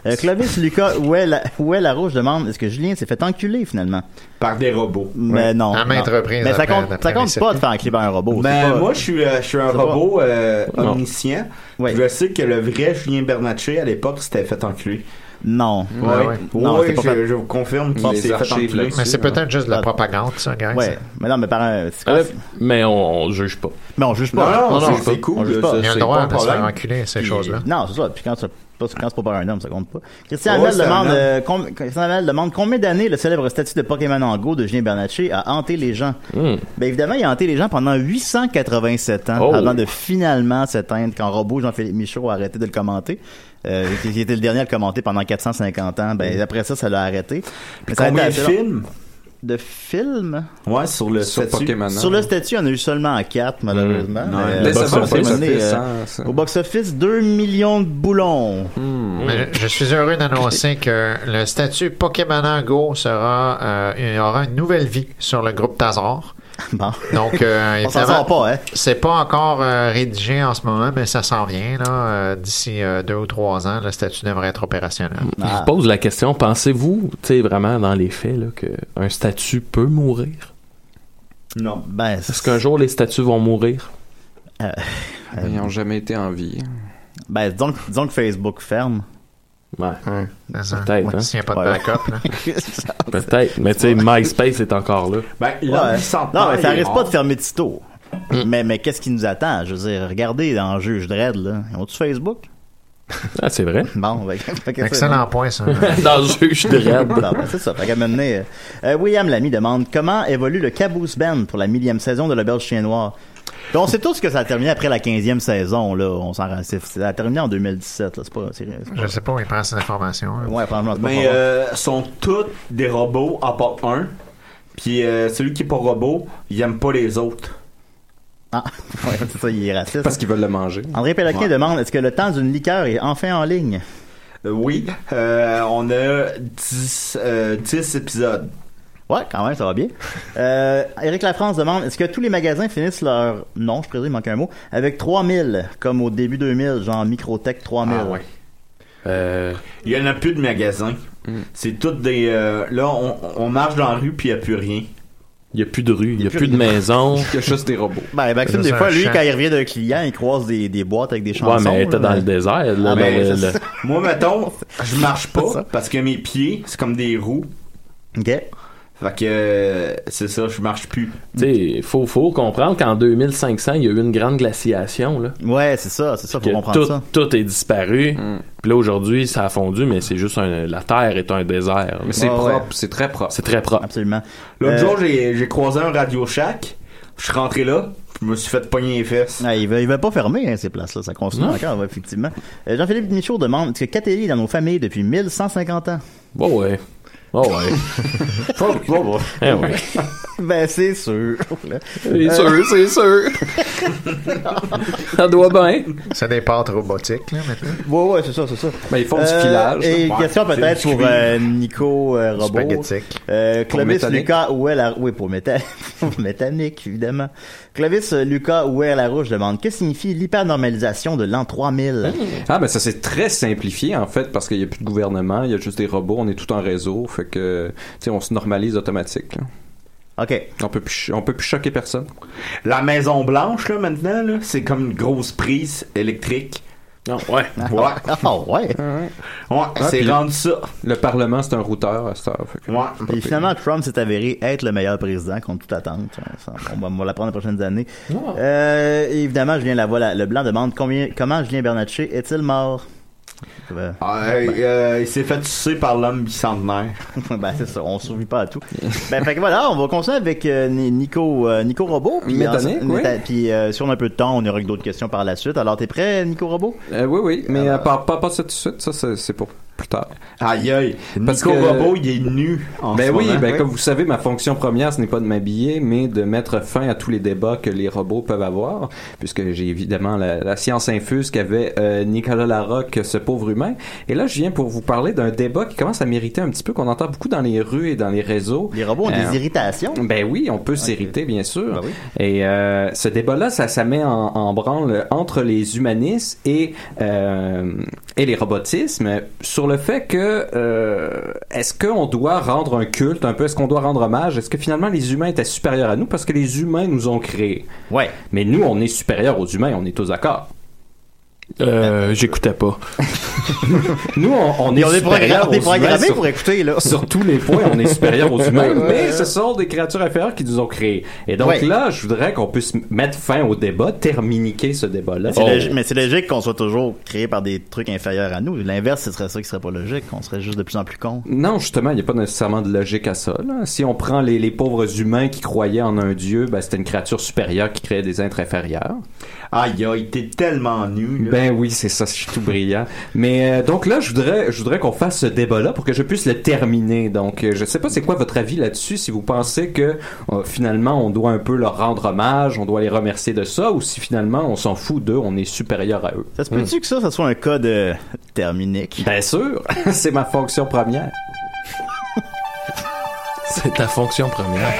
[SPEAKER 9] Euh, Clovis Lucas, où est, la, où est la rouge demande est-ce que Julien s'est fait enculer finalement
[SPEAKER 10] Par des robots.
[SPEAKER 9] Mais
[SPEAKER 10] Oui.
[SPEAKER 9] non.
[SPEAKER 10] À maintes
[SPEAKER 9] non.
[SPEAKER 10] reprises,
[SPEAKER 9] Mais ça
[SPEAKER 10] après-
[SPEAKER 9] compte,
[SPEAKER 10] après
[SPEAKER 9] ça
[SPEAKER 10] les
[SPEAKER 9] compte pas
[SPEAKER 10] circuits.
[SPEAKER 9] de faire enculer par un robot.
[SPEAKER 10] Ben,
[SPEAKER 9] c'est pas-
[SPEAKER 10] moi, je suis, euh, je suis un
[SPEAKER 9] c'est pas-
[SPEAKER 10] robot euh,
[SPEAKER 9] Non.
[SPEAKER 10] omniscient. Je sais que le vrai Julien Bernatchez, à l'époque, s'était fait enculer.
[SPEAKER 9] Non.
[SPEAKER 10] Oui,
[SPEAKER 9] Ouais, ouais. Non, c'est pas
[SPEAKER 10] je,
[SPEAKER 9] fait. Ah.
[SPEAKER 10] je vous confirme qu'il
[SPEAKER 9] Les
[SPEAKER 10] s'est fait
[SPEAKER 9] archives
[SPEAKER 10] enculer.
[SPEAKER 9] là-dessus, hein. Mais c'est peut-être
[SPEAKER 11] juste de la propagande, ça, gang.
[SPEAKER 9] Ouais. Mais non, mais par un.
[SPEAKER 11] Ah,
[SPEAKER 9] c'est quoi, c'est-
[SPEAKER 8] Mais on, on juge pas.
[SPEAKER 9] Mais on juge pas.
[SPEAKER 11] Non, non,
[SPEAKER 9] on
[SPEAKER 11] c'est-
[SPEAKER 9] juge pas.
[SPEAKER 11] c'est cool,
[SPEAKER 9] On juge
[SPEAKER 11] là,
[SPEAKER 9] pas.
[SPEAKER 11] ça, Il y a le c'est droit pas un de se problème. faire enculer, ces
[SPEAKER 9] Puis-
[SPEAKER 11] choses-là.
[SPEAKER 9] Non, c'est ça. Puis quand c'est pas, quand c'est pas par un homme, ça compte pas. Christian
[SPEAKER 11] Ouais,
[SPEAKER 9] Hamel
[SPEAKER 11] c'est un
[SPEAKER 9] demande,
[SPEAKER 11] homme.
[SPEAKER 9] euh, com- Christian Hamel demande combien d'années le célèbre statut de Pokémon en Go de Julien Bernatchez a hanté les gens.
[SPEAKER 11] Hmm.
[SPEAKER 9] Ben évidemment, il a hanté les gens pendant 887 ans
[SPEAKER 8] Oh.
[SPEAKER 9] avant de finalement s'éteindre quand Robot Jean-Philippe Michaud a arrêté de le commenter. Euh, qui- qui était le dernier à le commenter pendant 450 ans. Ben, après ça, ça l'a arrêté. Mais ça a été
[SPEAKER 10] Combien de
[SPEAKER 9] assez long.
[SPEAKER 10] films
[SPEAKER 9] De films
[SPEAKER 10] Ouais, sur le
[SPEAKER 9] Sur
[SPEAKER 10] statut.
[SPEAKER 8] hein.
[SPEAKER 9] Pokémon, hein. Sur le statut, on a eu seulement 4, malheureusement.
[SPEAKER 10] Mm.
[SPEAKER 9] Mais,
[SPEAKER 10] Ouais.
[SPEAKER 9] euh,
[SPEAKER 10] Mais
[SPEAKER 9] au
[SPEAKER 10] ça va,
[SPEAKER 9] box-office,
[SPEAKER 10] au box-office,
[SPEAKER 9] on est, euh,
[SPEAKER 10] hein, ça.
[SPEAKER 9] Au box-office, 2 millions de boulons.
[SPEAKER 8] Mm.
[SPEAKER 11] Mais je, je suis heureux d'annoncer que le statut Pokémon Go sera, euh, il aura une nouvelle vie sur le groupe Tazor.
[SPEAKER 9] Bon.
[SPEAKER 11] Donc, euh,
[SPEAKER 9] On s'en
[SPEAKER 11] évidemment,
[SPEAKER 9] sort pas, hein?
[SPEAKER 11] c'est pas encore euh, rédigé en ce moment, mais ça s'en vient. là. Euh, D'ici euh, deux ou trois ans, le statut devrait être opérationnel.
[SPEAKER 8] Je
[SPEAKER 9] Ah.
[SPEAKER 8] vous pose la question, pensez-vous, tu sais, vraiment dans les faits, là, qu'un statut peut mourir?
[SPEAKER 10] Non.
[SPEAKER 9] Ben,
[SPEAKER 8] Est-ce qu'un jour les statues vont mourir?
[SPEAKER 7] Ils n'ont jamais été en vie.
[SPEAKER 9] Euh, Ben, disons, que- disons que Facebook ferme.
[SPEAKER 8] Ouais. Peut-être,
[SPEAKER 11] Ouais,
[SPEAKER 8] hein?
[SPEAKER 11] s'il y a pas de
[SPEAKER 8] Ouais.
[SPEAKER 11] backup, là.
[SPEAKER 8] Peut-être, mais tu sais, MySpace est encore là.
[SPEAKER 10] Ben,
[SPEAKER 9] Ouais. Non, mais ça
[SPEAKER 10] hein.
[SPEAKER 9] risque pas de fermer de sitôt.
[SPEAKER 8] Mm.
[SPEAKER 9] Mais, mais qu'est-ce qui nous attend? Je veux dire, regardez dans Juge Dredd, là. Ils ont-tu Facebook?
[SPEAKER 8] Ah, c'est vrai.
[SPEAKER 9] Bon, ben, fait que
[SPEAKER 11] Excellent point, ça.
[SPEAKER 8] Dans Juge Dredd.
[SPEAKER 9] Non, ben, c'est ça. Fait qu'à un moment donné, euh, euh, William Lamy demande comment évolue le Caboose Band pour la millième saison de l'Auberge Chien Noir? Puis on sait tous que ça a terminé après la 15e saison, là. On s'en rend- c'est- Ça a terminé en 2017, là. C'est pas. c'est- c'est
[SPEAKER 11] Je sais pas où il prend ces informations. hein.
[SPEAKER 9] Ouais, franchement, c'est pas
[SPEAKER 10] Mais
[SPEAKER 9] fort.
[SPEAKER 10] euh, sont tous des robots à part un. Puis euh, celui qui est pas robot, il aime pas les autres.
[SPEAKER 9] Ah, ouais, c'est ça, il est raciste.
[SPEAKER 10] Parce qu'ils veulent le manger.
[SPEAKER 9] André Péloquin
[SPEAKER 10] Ouais.
[SPEAKER 9] demande est-ce que le temps d'une liqueur est enfin en ligne?
[SPEAKER 10] Euh, oui, euh, on a 10, euh, 10 épisodes.
[SPEAKER 9] Ouais, quand même, ça va bien. Euh, Éric Lafrance demande est-ce que tous les magasins finissent leur. Non, je présume, il manque un mot. Avec 3000, comme au début 2000, genre Microtech 3000.
[SPEAKER 10] Ah ouais. Euh, Il y en a plus de magasins. C'est toutes des. euh, là, on, on marche dans la rue puis il n'y a plus rien.
[SPEAKER 8] Il n'y a plus de rue, il n'y a plus de maison.
[SPEAKER 7] Il y a juste des robots.
[SPEAKER 9] Ben, Maxime, des fois, lui, quand il revient d'un client, il croise des, des boîtes avec des chansons.
[SPEAKER 8] Ouais, mais elle
[SPEAKER 9] là,
[SPEAKER 8] était dans le désert, là.
[SPEAKER 9] Ah,
[SPEAKER 8] dans
[SPEAKER 9] ben,
[SPEAKER 8] le-
[SPEAKER 9] c'est
[SPEAKER 8] le-
[SPEAKER 9] ça.
[SPEAKER 10] Moi, mettons, je marche pas parce que mes pieds, c'est comme des roues.
[SPEAKER 9] OK.
[SPEAKER 10] Fait que euh, c'est ça, je marche plus.
[SPEAKER 8] Tu sais, il faut, faut comprendre qu'en 2500, il y a eu une grande glaciation, là.
[SPEAKER 9] Ouais, c'est ça, c'est ça, faut
[SPEAKER 8] Que
[SPEAKER 9] comprendre
[SPEAKER 8] tout,
[SPEAKER 9] ça.
[SPEAKER 8] tout est disparu.
[SPEAKER 7] Mm.
[SPEAKER 8] Puis là, aujourd'hui, ça a fondu, mais c'est juste un. La terre est un désert.
[SPEAKER 7] Mais c'est
[SPEAKER 8] Ouais,
[SPEAKER 7] propre,
[SPEAKER 8] ouais.
[SPEAKER 7] c'est très propre.
[SPEAKER 8] C'est très propre.
[SPEAKER 9] Absolument.
[SPEAKER 10] L'autre
[SPEAKER 8] Euh,
[SPEAKER 10] jour, j'ai j'ai croisé un Radio Shack. Je suis rentré là, je me suis fait pogner les fesses.
[SPEAKER 9] Ah, il ne va pas fermer hein, ces places-là, ça continue
[SPEAKER 10] Non.
[SPEAKER 9] encore, ouais, effectivement. Euh, Jean-Philippe Michaud demande est-ce que Catélie est dans nos familles depuis 1150 ans?
[SPEAKER 10] Bah
[SPEAKER 8] Ouais, ouais. Ouais, ouais. Eh ouais.
[SPEAKER 9] Ben, c'est sûr.
[SPEAKER 8] C'est sûr, c'est sûr. ça doit bien.
[SPEAKER 11] C'est des pâtes robotiques, là, maintenant.
[SPEAKER 9] Ouais, ouais, c'est ça, c'est ça.
[SPEAKER 11] Ben, ils font du
[SPEAKER 9] Euh,
[SPEAKER 11] filage.
[SPEAKER 9] Et
[SPEAKER 11] Ouais,
[SPEAKER 9] question
[SPEAKER 11] c'est
[SPEAKER 9] peut-être
[SPEAKER 11] du
[SPEAKER 9] pour
[SPEAKER 11] cuir.
[SPEAKER 9] euh, Nico euh, Robot.
[SPEAKER 11] Spaghettique.
[SPEAKER 9] Euh,
[SPEAKER 11] Pour
[SPEAKER 9] Clovis
[SPEAKER 11] métallique.
[SPEAKER 9] Lucas, où est la... Oui, pour métal... pour métallique, évidemment. Clovis euh, Lucas, où est la rouge demande que signifie l'hypernormalisation de l'an 3000?
[SPEAKER 7] Ah, ben ça c'est très simplifié en fait parce qu'il n'y a plus de gouvernement, il y a juste des robots, on est tout en réseau, fait que tu sais on se normalise automatique.
[SPEAKER 9] Ok.
[SPEAKER 7] On peut plus, on peut plus choquer personne.
[SPEAKER 10] La Maison Blanche, là, maintenant, là, c'est comme une grosse prise électrique.
[SPEAKER 8] Ah ouais.
[SPEAKER 10] Ouais.
[SPEAKER 9] Ah ouais.
[SPEAKER 10] Ouais, c'est
[SPEAKER 7] Ah, puis
[SPEAKER 10] rendu ça.
[SPEAKER 7] Le Parlement c'est un routeur à cette heure. fait que-
[SPEAKER 9] Et finalement, Trump s'est avéré être le meilleur président contre toute attente. Ça, On va, on va l'apprendre les prochaines années. Euh, évidemment, Julien Lavoie la- Leblanc demande combien, comment Julien Bernatchez est-il mort? Euh,
[SPEAKER 10] Euh, euh, il s'est fait sucer par l'homme bicentenaire.
[SPEAKER 9] ben, c'est ça, on survit pas à tout. ben, fait que voilà, on va continuer avec euh, Ni- Nico, euh, Nico Robot. Puis,
[SPEAKER 7] Métanique,
[SPEAKER 9] en-
[SPEAKER 7] oui.
[SPEAKER 9] méta- puis, euh, si on a un peu de temps, on aura que d'autres questions par la suite. Alors, t'es prêt, Nico Robot?
[SPEAKER 7] Euh, oui, oui, mais euh, pas, pas, pas ça tout de suite, ça c'est, c'est pour plus tard.
[SPEAKER 10] euh, Aïe aïe.
[SPEAKER 7] Parce
[SPEAKER 10] Nico
[SPEAKER 7] que-
[SPEAKER 10] Robot, il est nu en
[SPEAKER 7] ben
[SPEAKER 10] ce
[SPEAKER 7] oui,
[SPEAKER 10] moment.
[SPEAKER 7] ben comme vous savez, ma fonction première, ce n'est pas de m'habiller, mais de mettre fin à tous les débats que les robots peuvent avoir, puisque j'ai évidemment la, la science infuse qu'avait euh, Nicolas Larocque, ce pauvre humain. Et là, je viens pour vous parler d'un débat qui commence à mériter un petit peu, qu'on entend beaucoup dans les rues et dans les réseaux. Euh,
[SPEAKER 9] Les robots ont des irritations. Ben
[SPEAKER 7] Ben oui, on peut s'irriter, bien sûr. Et euh, ce débat-là, ça, ça met en, en branle entre les humanistes et, euh, et les robotismes sur le fait que euh, est-ce qu'on doit rendre un culte un peu, est-ce qu'on doit rendre hommage, est-ce que finalement les humains étaient supérieurs à nous parce que les humains nous ont créés.
[SPEAKER 9] Ouais.
[SPEAKER 7] Mais nous, on est supérieurs aux humains, on est tous d'accord.
[SPEAKER 8] Euh, j'écoutais pas.
[SPEAKER 7] Nous, on, on
[SPEAKER 8] Et
[SPEAKER 7] est,
[SPEAKER 8] on est programmé-
[SPEAKER 7] supérieurs
[SPEAKER 8] on est
[SPEAKER 7] aux
[SPEAKER 8] programmé
[SPEAKER 7] humains sur-
[SPEAKER 8] pour écouter, là.
[SPEAKER 7] Sur tous les points, on est supérieurs aux humains,
[SPEAKER 8] Ouais.
[SPEAKER 7] mais ce sont des créatures inférieures qui nous ont créés. Et donc
[SPEAKER 9] Ouais.
[SPEAKER 7] là, je voudrais qu'on puisse mettre fin au débat, terminiquer ce débat-là. Oh.
[SPEAKER 9] C'est logi- Mais c'est logique qu'on soit toujours créé par des trucs inférieurs à nous. L'inverse, ce serait ça qui serait pas logique. On serait juste de plus en plus cons.
[SPEAKER 7] Non, justement, il n'y a pas nécessairement de logique à ça. là. Si on prend les, les pauvres humains qui croyaient en un dieu, ben, c'était une créature supérieure qui créait des êtres inférieurs.
[SPEAKER 10] Aïe aïe, t'es tellement nu.
[SPEAKER 7] Ben oui, c'est ça, je suis tout brillant. Mais euh, donc là, je voudrais, je voudrais qu'on fasse ce débat-là pour que je puisse le terminer. Donc, euh, je sais pas c'est quoi votre avis là-dessus, si vous pensez que euh, finalement on doit un peu leur rendre hommage, on doit les remercier de ça, ou si finalement on s'en fout d'eux, on est supérieur à eux.
[SPEAKER 9] Ça se peut-tu que ça, ça soit un cas de terminique?
[SPEAKER 7] Bien sûr, c'est ma fonction première.
[SPEAKER 8] C'est ta fonction première.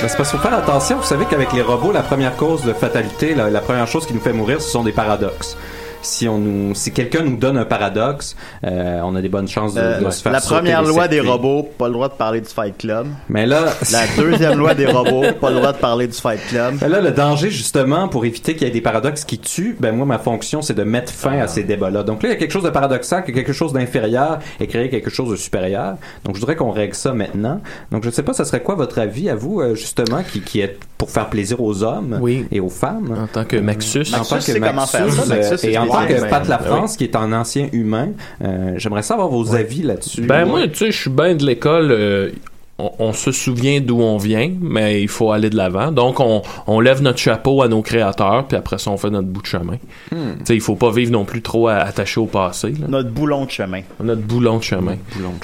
[SPEAKER 7] Ben, c'est parce qu'il faut faire attention. Vous savez qu'avec les robots, la première cause de fatalité, la, la première chose qui nous fait mourir, ce sont des paradoxes. Si on nous, si quelqu'un nous donne un paradoxe, euh, on a des bonnes chances de,
[SPEAKER 9] Euh,
[SPEAKER 7] de se faire
[SPEAKER 9] la
[SPEAKER 7] sauter
[SPEAKER 9] première
[SPEAKER 7] les
[SPEAKER 9] loi des
[SPEAKER 7] circuits.
[SPEAKER 9] robots, pas le droit de parler du Fight Club.
[SPEAKER 7] Mais là,
[SPEAKER 9] La deuxième loi des robots, pas le droit de parler du Fight Club.
[SPEAKER 7] Ben là, le danger, justement, pour éviter qu'il y ait des paradoxes qui tuent, ben moi, ma fonction, c'est de mettre fin
[SPEAKER 9] Ah.
[SPEAKER 7] à ces débats-là. Donc là, il y a quelque chose de paradoxal, que quelque chose d'inférieur et créer quelque chose de supérieur. Donc je voudrais qu'on règle ça maintenant. Donc je ne sais pas, ça serait quoi votre avis à vous, euh, justement, qui, qui est pour faire plaisir aux hommes et aux femmes En
[SPEAKER 8] tant que Maxus.
[SPEAKER 7] En
[SPEAKER 8] Maxus
[SPEAKER 7] tant que
[SPEAKER 8] sait comment
[SPEAKER 7] Maxus,
[SPEAKER 8] faire ça,
[SPEAKER 7] euh,
[SPEAKER 8] Maxus,
[SPEAKER 7] et
[SPEAKER 8] c'est
[SPEAKER 7] en
[SPEAKER 8] spécial.
[SPEAKER 7] tant que
[SPEAKER 8] Ben
[SPEAKER 7] Pat
[SPEAKER 8] oui.
[SPEAKER 7] Lafrance, qui est un ancien humain, euh, j'aimerais savoir vos avis là-dessus.
[SPEAKER 8] Ben moi, tu sais, je suis bien de l'école. euh, on, on se souvient d'où on vient, mais il faut aller de l'avant. Donc, on, on lève notre chapeau à nos créateurs, puis après ça, on fait notre bout de chemin.
[SPEAKER 9] Hmm.
[SPEAKER 8] Tu sais, il faut pas vivre non plus trop à- attaché au passé. là.
[SPEAKER 9] Notre boulon de chemin.
[SPEAKER 8] Notre boulon de chemin.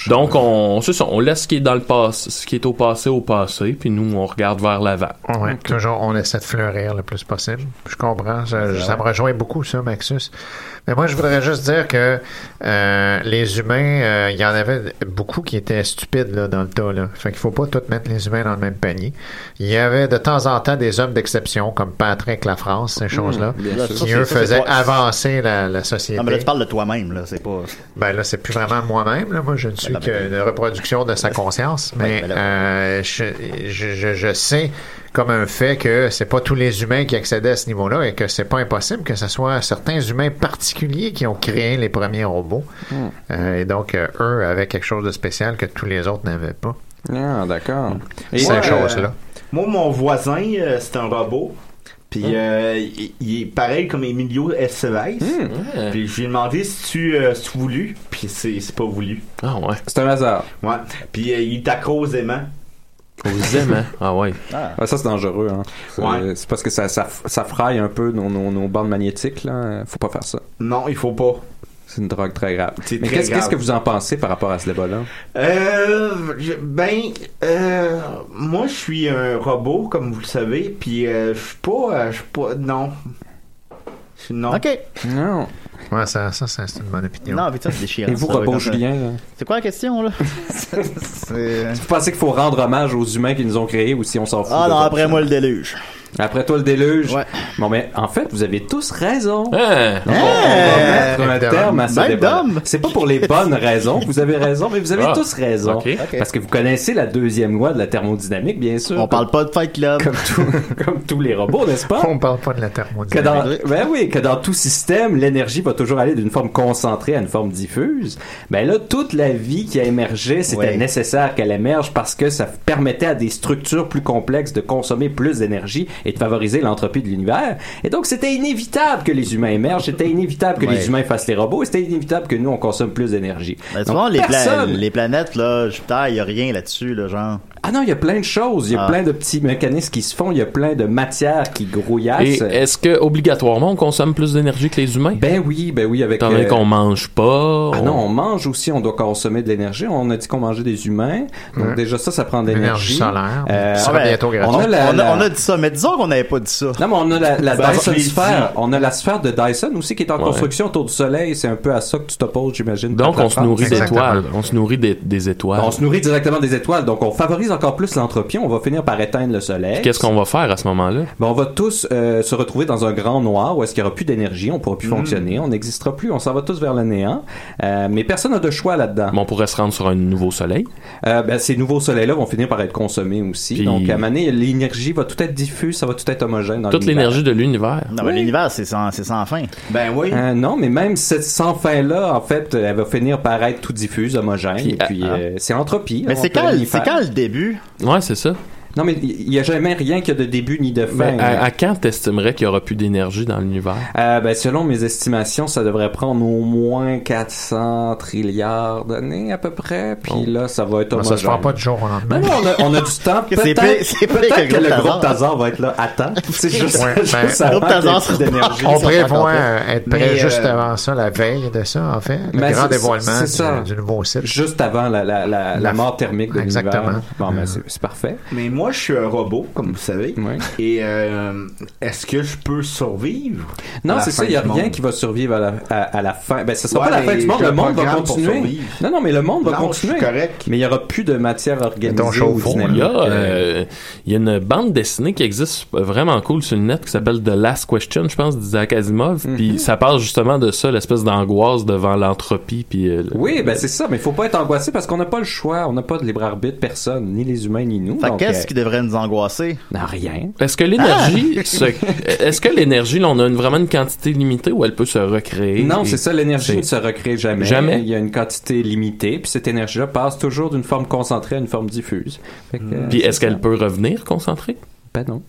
[SPEAKER 8] Donc, on, c'est ça, on laisse ce qui est dans le passé, ce qui est au passé au passé, puis nous, on regarde vers l'avant.
[SPEAKER 11] Ah Ouais, toujours, on essaie de fleurir le plus possible. Je comprends, ça, ça me rejoint beaucoup, ça, Maxus. Mais moi, je voudrais juste dire que euh, les humains, euh, il y en avait beaucoup qui étaient stupides là, dans le tas. Là. Fait qu'il faut pas tout mettre les humains dans le même panier. Il y avait de temps en temps des hommes d'exception, comme Patrick La France, ces choses-là,
[SPEAKER 9] Mmh, bien sûr. Ça,
[SPEAKER 11] qui
[SPEAKER 9] c'est-
[SPEAKER 11] eux
[SPEAKER 9] ça, c'est
[SPEAKER 11] faisaient
[SPEAKER 9] pas-
[SPEAKER 11] avancer la, la société.
[SPEAKER 9] Non, mais là, tu parles de toi-même, là. C'est pas.
[SPEAKER 11] Ben là, c'est plus vraiment moi-même. Là. Moi, je ne suis
[SPEAKER 9] Ben, ben, ben.
[SPEAKER 11] qu'une reproduction de sa conscience. Mais euh, je, je, je- je sais comme un fait que c'est pas tous les humains qui accédaient à ce niveau-là et que c'est pas impossible que ce soit certains humains particuliers qui ont créé les premiers robots. Euh, et donc, euh, eux avaient quelque chose de spécial que tous les autres n'avaient pas.
[SPEAKER 7] Ah, d'accord.
[SPEAKER 11] Et ces
[SPEAKER 10] Moi,
[SPEAKER 11] choses-là.
[SPEAKER 10] euh, moi, mon voisin, euh, c'est un robot. Puis
[SPEAKER 7] Hum.
[SPEAKER 10] euh, il, il est pareil comme Emilio Estevez.
[SPEAKER 7] Hum.
[SPEAKER 10] Puis je lui ai demandé si tu, euh, si tu voulu. Puis c'est c'est pas voulu.
[SPEAKER 8] Ah ouais.
[SPEAKER 7] C'est un hasard.
[SPEAKER 10] Ouais. Puis euh, il t'accro aux aimants.
[SPEAKER 8] Aux aimants. Ah ouais.
[SPEAKER 10] Ah.
[SPEAKER 7] Ouais, ça c'est dangereux. Hein. C'est
[SPEAKER 10] Ouais.
[SPEAKER 7] c'est parce que ça, ça, ça fraye un peu nos, nos, nos bandes magnétiques. Là. Faut pas faire ça.
[SPEAKER 10] Non, il faut pas.
[SPEAKER 7] C'est une drogue très grave. Mais
[SPEAKER 10] très
[SPEAKER 7] qu'est-ce,
[SPEAKER 10] grave.
[SPEAKER 7] qu'est-ce que vous en pensez par rapport à ce débat-là
[SPEAKER 8] Ah,
[SPEAKER 10] Euh, je- ben, euh, moi je suis un robot comme vous le savez, puis euh, je suis pas, euh, je suis pas, non, Je suis- non.
[SPEAKER 9] Ok.
[SPEAKER 7] Non.
[SPEAKER 11] Ouais, ça, ça, ça, c'est une bonne opinion.
[SPEAKER 9] Non, mais ça, c'est déchirant.
[SPEAKER 7] Et vous,
[SPEAKER 9] ça, ouais,
[SPEAKER 7] robot
[SPEAKER 9] comme ça.
[SPEAKER 7] Julien là?
[SPEAKER 9] C'est quoi la question, là? C'est-
[SPEAKER 7] Vous pensez qu'il faut rendre hommage aux humains qui nous ont créés ou si on s'en fout
[SPEAKER 9] Ah
[SPEAKER 7] de
[SPEAKER 9] non,
[SPEAKER 7] ça?
[SPEAKER 9] après moi, le déluge.
[SPEAKER 7] Après toi le déluge. Bon, mais en fait, vous avez tous raison.
[SPEAKER 9] Hein?
[SPEAKER 7] Donc, on- on, va mettre un
[SPEAKER 9] Évidemment.
[SPEAKER 7] terme à ce
[SPEAKER 9] Même
[SPEAKER 7] débat.
[SPEAKER 9] Dom.
[SPEAKER 7] C'est pas pour les bonnes raisons. que Vous avez raison, mais vous avez
[SPEAKER 9] Ah.
[SPEAKER 7] tous raison.
[SPEAKER 9] Ok. Ok.
[SPEAKER 7] Parce que vous connaissez la deuxième loi de la thermodynamique, bien sûr. On
[SPEAKER 9] parle pas de Fight Club.
[SPEAKER 7] Comme, tout- comme tous les robots, n'est-ce pas?
[SPEAKER 11] On parle pas de la
[SPEAKER 7] Que dans,
[SPEAKER 11] thermodynamique.
[SPEAKER 7] ben oui, que dans tout système, l'énergie va toujours aller d'une forme concentrée à une forme diffuse. Ben là, toute la vie qui a émergé, c'était
[SPEAKER 9] Ouais.
[SPEAKER 7] nécessaire qu'elle émerge parce que ça permettait à des structures plus complexes de consommer plus d'énergie et de favoriser l'entropie de l'univers. Et donc, c'était inévitable que les humains émergent, c'était inévitable que
[SPEAKER 9] Ouais.
[SPEAKER 7] les humains fassent les robots, et c'était inévitable que nous, on consomme plus d'énergie.
[SPEAKER 9] Ben, tu
[SPEAKER 7] Donc,
[SPEAKER 9] vois, les, pla-
[SPEAKER 7] personne-
[SPEAKER 9] les planètes, là, Jupiter, il n'y a rien là-dessus, là, genre.
[SPEAKER 7] Ah non, il y a plein de choses, il y a
[SPEAKER 9] Ah.
[SPEAKER 7] plein de petits mécanismes qui se font, il y a plein de matières qui grouillassent. euh,
[SPEAKER 8] Et est-ce que obligatoirement on consomme plus d'énergie que les humains
[SPEAKER 7] Ben oui, ben oui, avec.
[SPEAKER 8] Étant donné
[SPEAKER 7] euh,
[SPEAKER 8] qu'on mange pas.
[SPEAKER 7] Ah non, on mange aussi, on doit consommer de l'énergie. On a dit qu'on mangeait des humains. Donc
[SPEAKER 8] Ouais.
[SPEAKER 7] déjà ça, ça prend de
[SPEAKER 8] L'énergie
[SPEAKER 7] l'énergie.
[SPEAKER 8] solaire.
[SPEAKER 7] Euh,
[SPEAKER 9] Ça
[SPEAKER 7] ah
[SPEAKER 9] va
[SPEAKER 7] ben,
[SPEAKER 9] bientôt gratuit.
[SPEAKER 7] on, a la-
[SPEAKER 9] On a-
[SPEAKER 7] la-
[SPEAKER 9] on a dit ça, mais disons qu'on n'avait pas dit ça.
[SPEAKER 7] Non, mais on a la, la
[SPEAKER 9] Ben,
[SPEAKER 7] Dyson
[SPEAKER 9] je l'ai
[SPEAKER 7] sphère.
[SPEAKER 9] dit.
[SPEAKER 7] On a la sphère de Dyson aussi qui est en
[SPEAKER 8] Ouais.
[SPEAKER 7] construction autour du soleil. C'est un peu à ça que tu t'opposes, j'imagine.
[SPEAKER 8] Donc
[SPEAKER 7] par
[SPEAKER 8] on
[SPEAKER 7] ta
[SPEAKER 8] se
[SPEAKER 7] femme.
[SPEAKER 8] nourrit d'étoiles. On se nourrit des, des étoiles.
[SPEAKER 7] On se nourrit directement des étoiles, donc on favorise encore plus l'entropie. On va finir par éteindre le soleil.
[SPEAKER 8] Puis Qu'est-ce qu'on va faire à ce moment-là
[SPEAKER 7] Ben, on va tous euh, se retrouver dans un grand noir où est-ce qu'il n'y aura plus d'énergie, on pourra plus
[SPEAKER 8] Mm.
[SPEAKER 7] fonctionner, on n'existera plus, on s'en va tous vers le néant. Euh, mais personne n'a de choix là-dedans.
[SPEAKER 8] on pourrait se rendre sur un nouveau soleil.
[SPEAKER 7] ben, ces nouveaux soleils-là vont finir par être consommés aussi.
[SPEAKER 8] Puis-
[SPEAKER 7] Donc, à un moment donné, l'énergie va tout être diffuse, ça va tout être homogène. Dans
[SPEAKER 8] Toute l'énergie de l'univers.
[SPEAKER 9] Non, mais l'univers, c'est sans, c'est sans fin. Ben oui.
[SPEAKER 7] Euh, non, mais même cette sans fin-là, en fait, elle va finir par être tout diffuse, homogène. et puis, euh, c'est entropie.
[SPEAKER 9] Mais
[SPEAKER 7] on
[SPEAKER 9] c'est
[SPEAKER 7] peut
[SPEAKER 9] quand,
[SPEAKER 7] rien y
[SPEAKER 9] c'est
[SPEAKER 7] faire.
[SPEAKER 9] quand le début?
[SPEAKER 8] Ouais, c'est ça.
[SPEAKER 7] Non, mais il n'y a jamais rien qui a de début ni de fin.
[SPEAKER 8] Mais à, à quand t'estimerais qu'il y aura plus d'énergie dans l'univers
[SPEAKER 7] Euh, ben, selon mes estimations, ça devrait prendre au moins 400 trilliards d'années à peu près. Puis là, ça va être
[SPEAKER 11] Ben,
[SPEAKER 7] homogène.
[SPEAKER 11] ça se fera pas du jour au
[SPEAKER 7] Ben
[SPEAKER 11] lendemain.
[SPEAKER 7] Non, non, on a, on a du temps.
[SPEAKER 11] Que c'est
[SPEAKER 7] Peut-être
[SPEAKER 11] pire- c'est pire
[SPEAKER 7] peut-être
[SPEAKER 11] que
[SPEAKER 7] que,
[SPEAKER 11] le
[SPEAKER 7] le
[SPEAKER 11] groupe
[SPEAKER 7] groupe
[SPEAKER 11] Tazar.
[SPEAKER 7] Tazar va être là à temps. C'est juste,
[SPEAKER 11] Ouais,
[SPEAKER 7] juste
[SPEAKER 11] ben,
[SPEAKER 7] avant que les
[SPEAKER 11] on
[SPEAKER 7] pics d'énergie soient
[SPEAKER 11] on
[SPEAKER 7] encore
[SPEAKER 11] prévoit
[SPEAKER 7] là.
[SPEAKER 11] euh, être prêt
[SPEAKER 7] Mais,
[SPEAKER 11] juste
[SPEAKER 7] euh,
[SPEAKER 11] avant ça, la veille de ça, en fait. Le
[SPEAKER 7] mais
[SPEAKER 11] grand
[SPEAKER 7] c'est-
[SPEAKER 11] dévoilement
[SPEAKER 7] c'est
[SPEAKER 11] du-
[SPEAKER 7] ça.
[SPEAKER 11] du nouveau site.
[SPEAKER 7] Juste avant la, la, la, la
[SPEAKER 11] La-
[SPEAKER 7] mort thermique de l'univers.
[SPEAKER 11] Exactement. Euh.
[SPEAKER 7] Bon, ben, c'est c'est parfait.
[SPEAKER 10] Mais moi, je suis un robot, comme vous savez. Et euh, est-ce que je peux survivre? à
[SPEAKER 7] Non,
[SPEAKER 10] la
[SPEAKER 7] c'est ça,
[SPEAKER 10] fin
[SPEAKER 7] il n'y a
[SPEAKER 10] du
[SPEAKER 7] rien
[SPEAKER 10] monde?
[SPEAKER 7] qui va survivre à la, à, à la fin. Ben, ce sera
[SPEAKER 10] Ouais,
[SPEAKER 7] pas la fin
[SPEAKER 10] mais
[SPEAKER 7] du monde,
[SPEAKER 10] je
[SPEAKER 7] le monde va
[SPEAKER 10] programme pour
[SPEAKER 7] continuer.
[SPEAKER 10] survivre.
[SPEAKER 7] Non, non, mais le monde va
[SPEAKER 10] Non, je suis
[SPEAKER 7] continuer.
[SPEAKER 10] correct.
[SPEAKER 7] Mais il n'y aura plus de matière organisée.
[SPEAKER 8] Mettons,
[SPEAKER 7] ou
[SPEAKER 8] chauffons,
[SPEAKER 7] dynamique.
[SPEAKER 8] il y a,
[SPEAKER 7] Euh,
[SPEAKER 8] euh, il y a une bande dessinée qui existe vraiment cool sur le net qui s'appelle The Last Question, je pense, d'Isaac Asimov.
[SPEAKER 7] Mhm.
[SPEAKER 8] Puis ça parle justement de ça, l'espèce d'angoisse devant l'entropie. Puis euh, le-
[SPEAKER 7] Oui, ben c'est ça, mais il faut pas être angoissé parce qu'on n'a pas le choix, on n'a pas de libre arbitre, personne, ni les humains ni nous.
[SPEAKER 9] Fait
[SPEAKER 7] donc,
[SPEAKER 9] qu'est-ce
[SPEAKER 7] euh,
[SPEAKER 9] qui devrait nous angoisser?
[SPEAKER 7] Non, rien.
[SPEAKER 8] Est-ce que l'énergie,
[SPEAKER 7] Ah!
[SPEAKER 8] se- est-ce que l'énergie, là, on a une- vraiment une quantité limitée ou elle peut se recréer
[SPEAKER 7] Non,
[SPEAKER 8] Et-
[SPEAKER 7] c'est ça, l'énergie ne se recrée jamais.
[SPEAKER 8] Jamais.
[SPEAKER 7] Il y a une quantité limitée, puis cette énergie-là passe toujours d'une forme concentrée à une forme diffuse. Fait que, euh,
[SPEAKER 8] Puis
[SPEAKER 7] c'est
[SPEAKER 8] est-ce qu'elle
[SPEAKER 7] ça.
[SPEAKER 8] peut revenir concentrée
[SPEAKER 7] Ben non.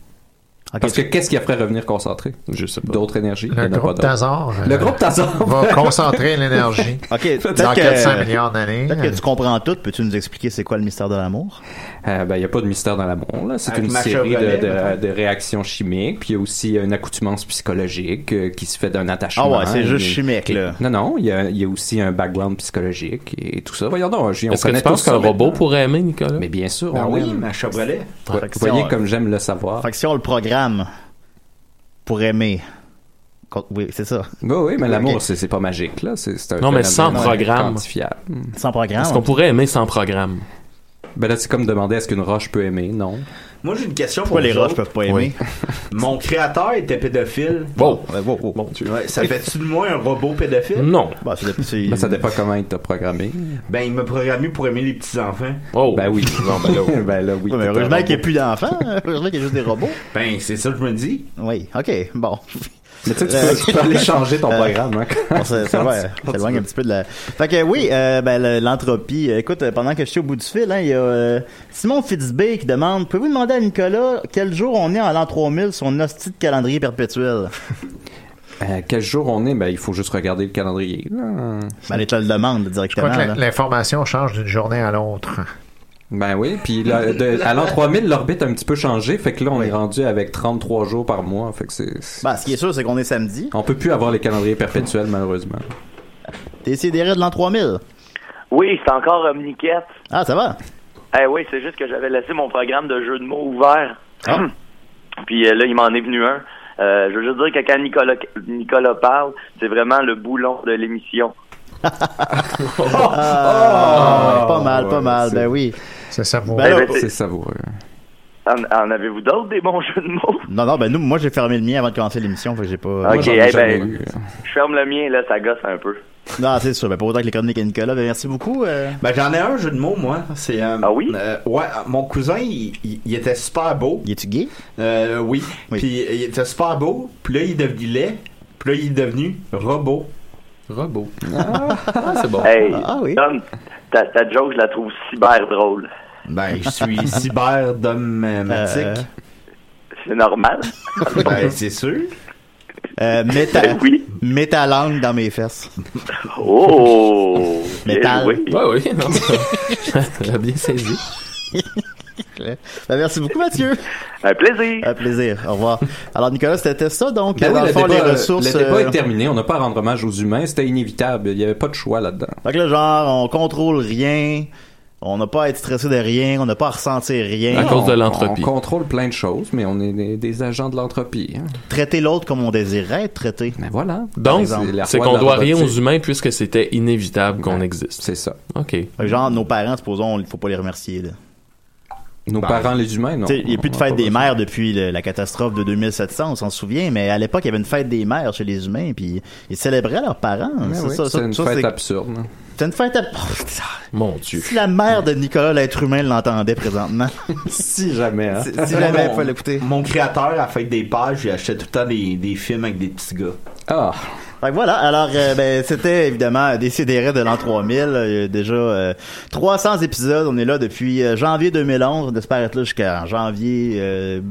[SPEAKER 7] Parce que qu'est-ce qui la ferait revenir concentrée
[SPEAKER 8] Je sais pas.
[SPEAKER 7] D'autres énergies Il y en
[SPEAKER 11] Le
[SPEAKER 7] a pas
[SPEAKER 11] groupe
[SPEAKER 7] d'autres.
[SPEAKER 11] Tazar
[SPEAKER 7] Le groupe Tazar
[SPEAKER 11] va concentrer l'énergie
[SPEAKER 9] OK, peut-être
[SPEAKER 11] dans
[SPEAKER 9] que-
[SPEAKER 11] 400 millions d'années.
[SPEAKER 9] Peut-être que tu comprends tout. Peux-tu nous expliquer c'est quoi le mystère de l'amour?
[SPEAKER 7] Euh, ben, il n'y a pas de mystère dans l'amour. là. C'est
[SPEAKER 9] Avec
[SPEAKER 7] une
[SPEAKER 9] Macha
[SPEAKER 7] série de,
[SPEAKER 9] Brevet,
[SPEAKER 7] de-
[SPEAKER 9] mettons.
[SPEAKER 7] de réactions chimiques. Puis il y a aussi euh, une accoutumance psychologique euh, qui se fait d'un attachement.
[SPEAKER 9] Ah ouais, c'est
[SPEAKER 7] Et-
[SPEAKER 9] juste chimique,
[SPEAKER 7] et-
[SPEAKER 9] là.
[SPEAKER 7] Non, non, il y a, il y a aussi un background psychologique et tout ça. Voyons donc, Julien, on
[SPEAKER 8] Est-ce que
[SPEAKER 7] connaît
[SPEAKER 8] tu penses
[SPEAKER 7] tous ça
[SPEAKER 8] qu'un robot
[SPEAKER 7] maintenant.
[SPEAKER 8] pourrait aimer, Nicolas
[SPEAKER 7] Mais bien sûr,
[SPEAKER 9] Ben
[SPEAKER 7] on
[SPEAKER 9] oui,
[SPEAKER 7] aime.
[SPEAKER 9] ma Chevrolet.
[SPEAKER 7] Vous
[SPEAKER 9] Fait que si
[SPEAKER 7] voyez
[SPEAKER 9] on-
[SPEAKER 7] comme j'aime le savoir.
[SPEAKER 9] Fait que si on le programme pour aimer. con- Oui, c'est ça.
[SPEAKER 7] Oui, oui, mais l'amour,
[SPEAKER 9] Ok.
[SPEAKER 7] c'est- c'est pas magique, là. C'est c'est un
[SPEAKER 8] Non, mais
[SPEAKER 7] phénomène
[SPEAKER 8] sans programme.
[SPEAKER 7] quantifiable.
[SPEAKER 9] Sans programme.
[SPEAKER 8] Est-ce qu'on pourrait aimer sans programme
[SPEAKER 7] Ben là, c'est comme demander est-ce qu'une roche peut aimer? Non.
[SPEAKER 10] Moi, j'ai une question pour
[SPEAKER 7] Pourquoi les
[SPEAKER 10] vous
[SPEAKER 7] roches
[SPEAKER 10] autres.
[SPEAKER 7] peuvent pas aimer?
[SPEAKER 10] Mon créateur était pédophile.
[SPEAKER 8] Wow.
[SPEAKER 7] Mon
[SPEAKER 8] Dieu.
[SPEAKER 10] Ouais, ça fait-tu de moi un robot pédophile?
[SPEAKER 8] Non.
[SPEAKER 9] Bah,
[SPEAKER 7] Ben, ça dépend comment il t'a programmé.
[SPEAKER 10] Ben, il m'a programmé pour aimer les petits-enfants.
[SPEAKER 8] Oh.
[SPEAKER 7] Ben oui.
[SPEAKER 10] ben là, oui.
[SPEAKER 7] ben là, oui.
[SPEAKER 9] mais
[SPEAKER 7] t'es un
[SPEAKER 9] heureusement qu'il n'y a
[SPEAKER 7] robot.
[SPEAKER 9] plus d'enfants. hein. heureusement qu'il y a juste des robots.
[SPEAKER 10] Ben, c'est ça que je me dis.
[SPEAKER 9] Oui, OK, bon.
[SPEAKER 7] Mais tu sais, tu peux- tu peux aller changer ton
[SPEAKER 9] Euh,
[SPEAKER 7] programme, hein, quand-
[SPEAKER 9] on se- ça
[SPEAKER 7] quand
[SPEAKER 9] va,
[SPEAKER 7] tu-
[SPEAKER 9] ça
[SPEAKER 7] quand tu
[SPEAKER 9] s'éloigne un
[SPEAKER 7] veux.
[SPEAKER 9] petit peu de la. Fait que oui, euh, ben, le- l'entropie. Écoute, euh, pendant que je suis au bout du fil, hein, il y a euh, Simon Fitzbay qui demande Pouvez-vous demander à Nicolas quel jour on est en l'an 3000 son hostie de calendrier perpétuel
[SPEAKER 7] Euh, quel jour on est? Ben, il faut juste regarder le calendrier. là.
[SPEAKER 9] Ben, te le demande
[SPEAKER 11] Je
[SPEAKER 9] directement.
[SPEAKER 11] crois que la-
[SPEAKER 9] là.
[SPEAKER 11] l'information change d'une journée à l'autre.
[SPEAKER 7] Ben oui, puis là, de- à l'an 3000, l'orbite a un petit peu changé, fait que là, on est rendu avec 33 jours par mois, fait que c'est...
[SPEAKER 9] Ben, ce qui est sûr, c'est qu'on est samedi.
[SPEAKER 7] On peut plus avoir les calendriers perpétuels, malheureusement.
[SPEAKER 9] T'es sidéré de l'an 3000.
[SPEAKER 12] Oui, c'est encore Omniquette.
[SPEAKER 9] Ah, ça va
[SPEAKER 12] Eh oui, c'est juste que j'avais laissé mon programme de jeu de mots ouvert.
[SPEAKER 9] Ah.
[SPEAKER 12] Puis euh, là, il m'en est venu un. Euh, je veux juste dire que quand Nicolas, Nicolas parle, c'est vraiment le boulon de l'émission.
[SPEAKER 9] Ah, Pas mal, pas mal, ben oui.
[SPEAKER 11] C'est savoureux.
[SPEAKER 9] Ben, alors,
[SPEAKER 12] Eh C'est
[SPEAKER 7] savoureux.
[SPEAKER 12] En, en avez-vous d'autres des bons jeux de mots?
[SPEAKER 9] Non, non, ben nous, moi j'ai fermé le mien avant de commencer l'émission, fait que j'ai
[SPEAKER 7] Ah,
[SPEAKER 9] pas.
[SPEAKER 12] ok, eh ben, je ferme le mien, là, ça gosse un peu.
[SPEAKER 9] Non, c'est sûr, ben pas autant que les chroniques à Nicolas, ben merci beaucoup. euh.
[SPEAKER 10] Ben, j'en ai un jeu de mots, moi. C'est, ah oui? ouais, euh, mon cousin, il, il- il était super beau.
[SPEAKER 9] Il est-tu gay?
[SPEAKER 10] Euh, oui. Puis il était super beau, puis là, il est devenu laid, puis là, il est devenu robot.
[SPEAKER 8] Robot.
[SPEAKER 12] Ah,
[SPEAKER 8] c'est bon.
[SPEAKER 12] Hey,
[SPEAKER 10] Ah, ah oui.
[SPEAKER 12] Tom, ta, ta joke, je la trouve cyber drôle.
[SPEAKER 10] Ben, je suis cyberdomatique.
[SPEAKER 12] Euh, c'est normal.
[SPEAKER 9] Ben, c'est sûr. Euh, mets, ta, mets ta langue dans mes fesses.
[SPEAKER 12] Oh!
[SPEAKER 9] Métal.
[SPEAKER 12] Oui.
[SPEAKER 9] Ouais, oui,
[SPEAKER 8] T'as bien saisi.
[SPEAKER 9] Ben, merci beaucoup, Mathieu.
[SPEAKER 12] Un plaisir.
[SPEAKER 9] Un plaisir. Au revoir. Alors, Nicolas, c'était ça, donc,
[SPEAKER 7] Ben oui,
[SPEAKER 9] dans le
[SPEAKER 7] le
[SPEAKER 9] fond,
[SPEAKER 7] débat,
[SPEAKER 9] les ressources.
[SPEAKER 7] le débat
[SPEAKER 9] euh,
[SPEAKER 7] est terminé. On n'a pas à rendre hommage aux humains. C'était inévitable. Il n'y avait pas de choix là-dedans.
[SPEAKER 9] Fait que là, genre, on contrôle rien, on n'a pas à être stressé de rien, on n'a pas à ressentir rien.
[SPEAKER 7] On-
[SPEAKER 9] On-
[SPEAKER 7] On contrôle plein de choses, mais on est des, des agents de l'entropie. hein.
[SPEAKER 9] on- Traiter l'autre comme on désirait être traité.
[SPEAKER 7] Mais Ben voilà.
[SPEAKER 9] Par
[SPEAKER 8] Donc,
[SPEAKER 9] exemple.
[SPEAKER 8] c'est qu'on doit rien aux humains puisque c'était inévitable qu'on existe.
[SPEAKER 7] C'est ça.
[SPEAKER 8] OK.
[SPEAKER 9] Fait que Genre, nos parents, supposons, il faut pas les remercier. Là.
[SPEAKER 7] Nos parents, les humains, non.
[SPEAKER 9] Il n'y a plus de
[SPEAKER 7] Ben, On a
[SPEAKER 9] fête
[SPEAKER 7] pas
[SPEAKER 9] des mères depuis le- la catastrophe de 2700, on s'en souvient, mais à l'époque, il y avait une fête des mères chez les humains, puis ils célébraient leurs parents.
[SPEAKER 7] Ouais,
[SPEAKER 9] Ah, C'est
[SPEAKER 7] Ben Eh oui,
[SPEAKER 9] ça,
[SPEAKER 7] c'est
[SPEAKER 9] ça-
[SPEAKER 7] une
[SPEAKER 9] ça,
[SPEAKER 7] fête
[SPEAKER 9] c'est-
[SPEAKER 7] absurde. hein.
[SPEAKER 9] C'est une fête absurde.
[SPEAKER 8] Mon Dieu.
[SPEAKER 9] Si la mère de Nicolas, l'être humain, l'entendait présentement.
[SPEAKER 7] si jamais. hein.
[SPEAKER 9] Si, si jamais, il faut l'écouter.
[SPEAKER 10] Mon créateur, à la fête des pages, il achetait tout le temps des, des films avec des petits gars.
[SPEAKER 7] Ah.
[SPEAKER 9] voilà, alors euh, ben, c'était évidemment Décidéré de l'an 3000, euh, déjà euh, 300 épisodes, on est là depuis euh, janvier 2011, on espère être là jusqu'à janvier euh,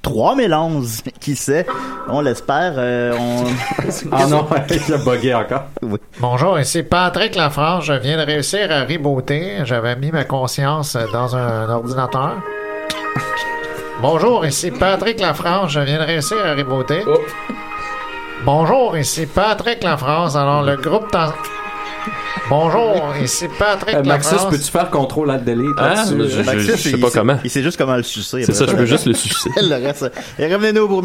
[SPEAKER 9] 3011, qui sait, on l'espère. euh, on...
[SPEAKER 7] ah non, il a bugué encore.
[SPEAKER 11] Bonjour, ici Patrick Lafrange. Je viens de réussir à rebooter. J'avais mis ma conscience dans un ordinateur. Bonjour, ici Patrick Lafrange. Je viens de réussir à rebooter.
[SPEAKER 7] Oh.
[SPEAKER 11] Bonjour, ici Patrick Lafrange. Alors, le groupe... t'en- Bonjour, ici Patrick
[SPEAKER 7] Euh,
[SPEAKER 11] Lafrange.
[SPEAKER 7] Maxis, peux-tu faire contrôle à delete
[SPEAKER 8] Ah,
[SPEAKER 7] là-dessus?
[SPEAKER 8] je- je- je sais pas
[SPEAKER 9] il sait-
[SPEAKER 8] comment.
[SPEAKER 9] Il sait juste comment le sucer.
[SPEAKER 8] C'est ça, je peux juste le sucer.
[SPEAKER 9] le reste. Et revenez-nous pour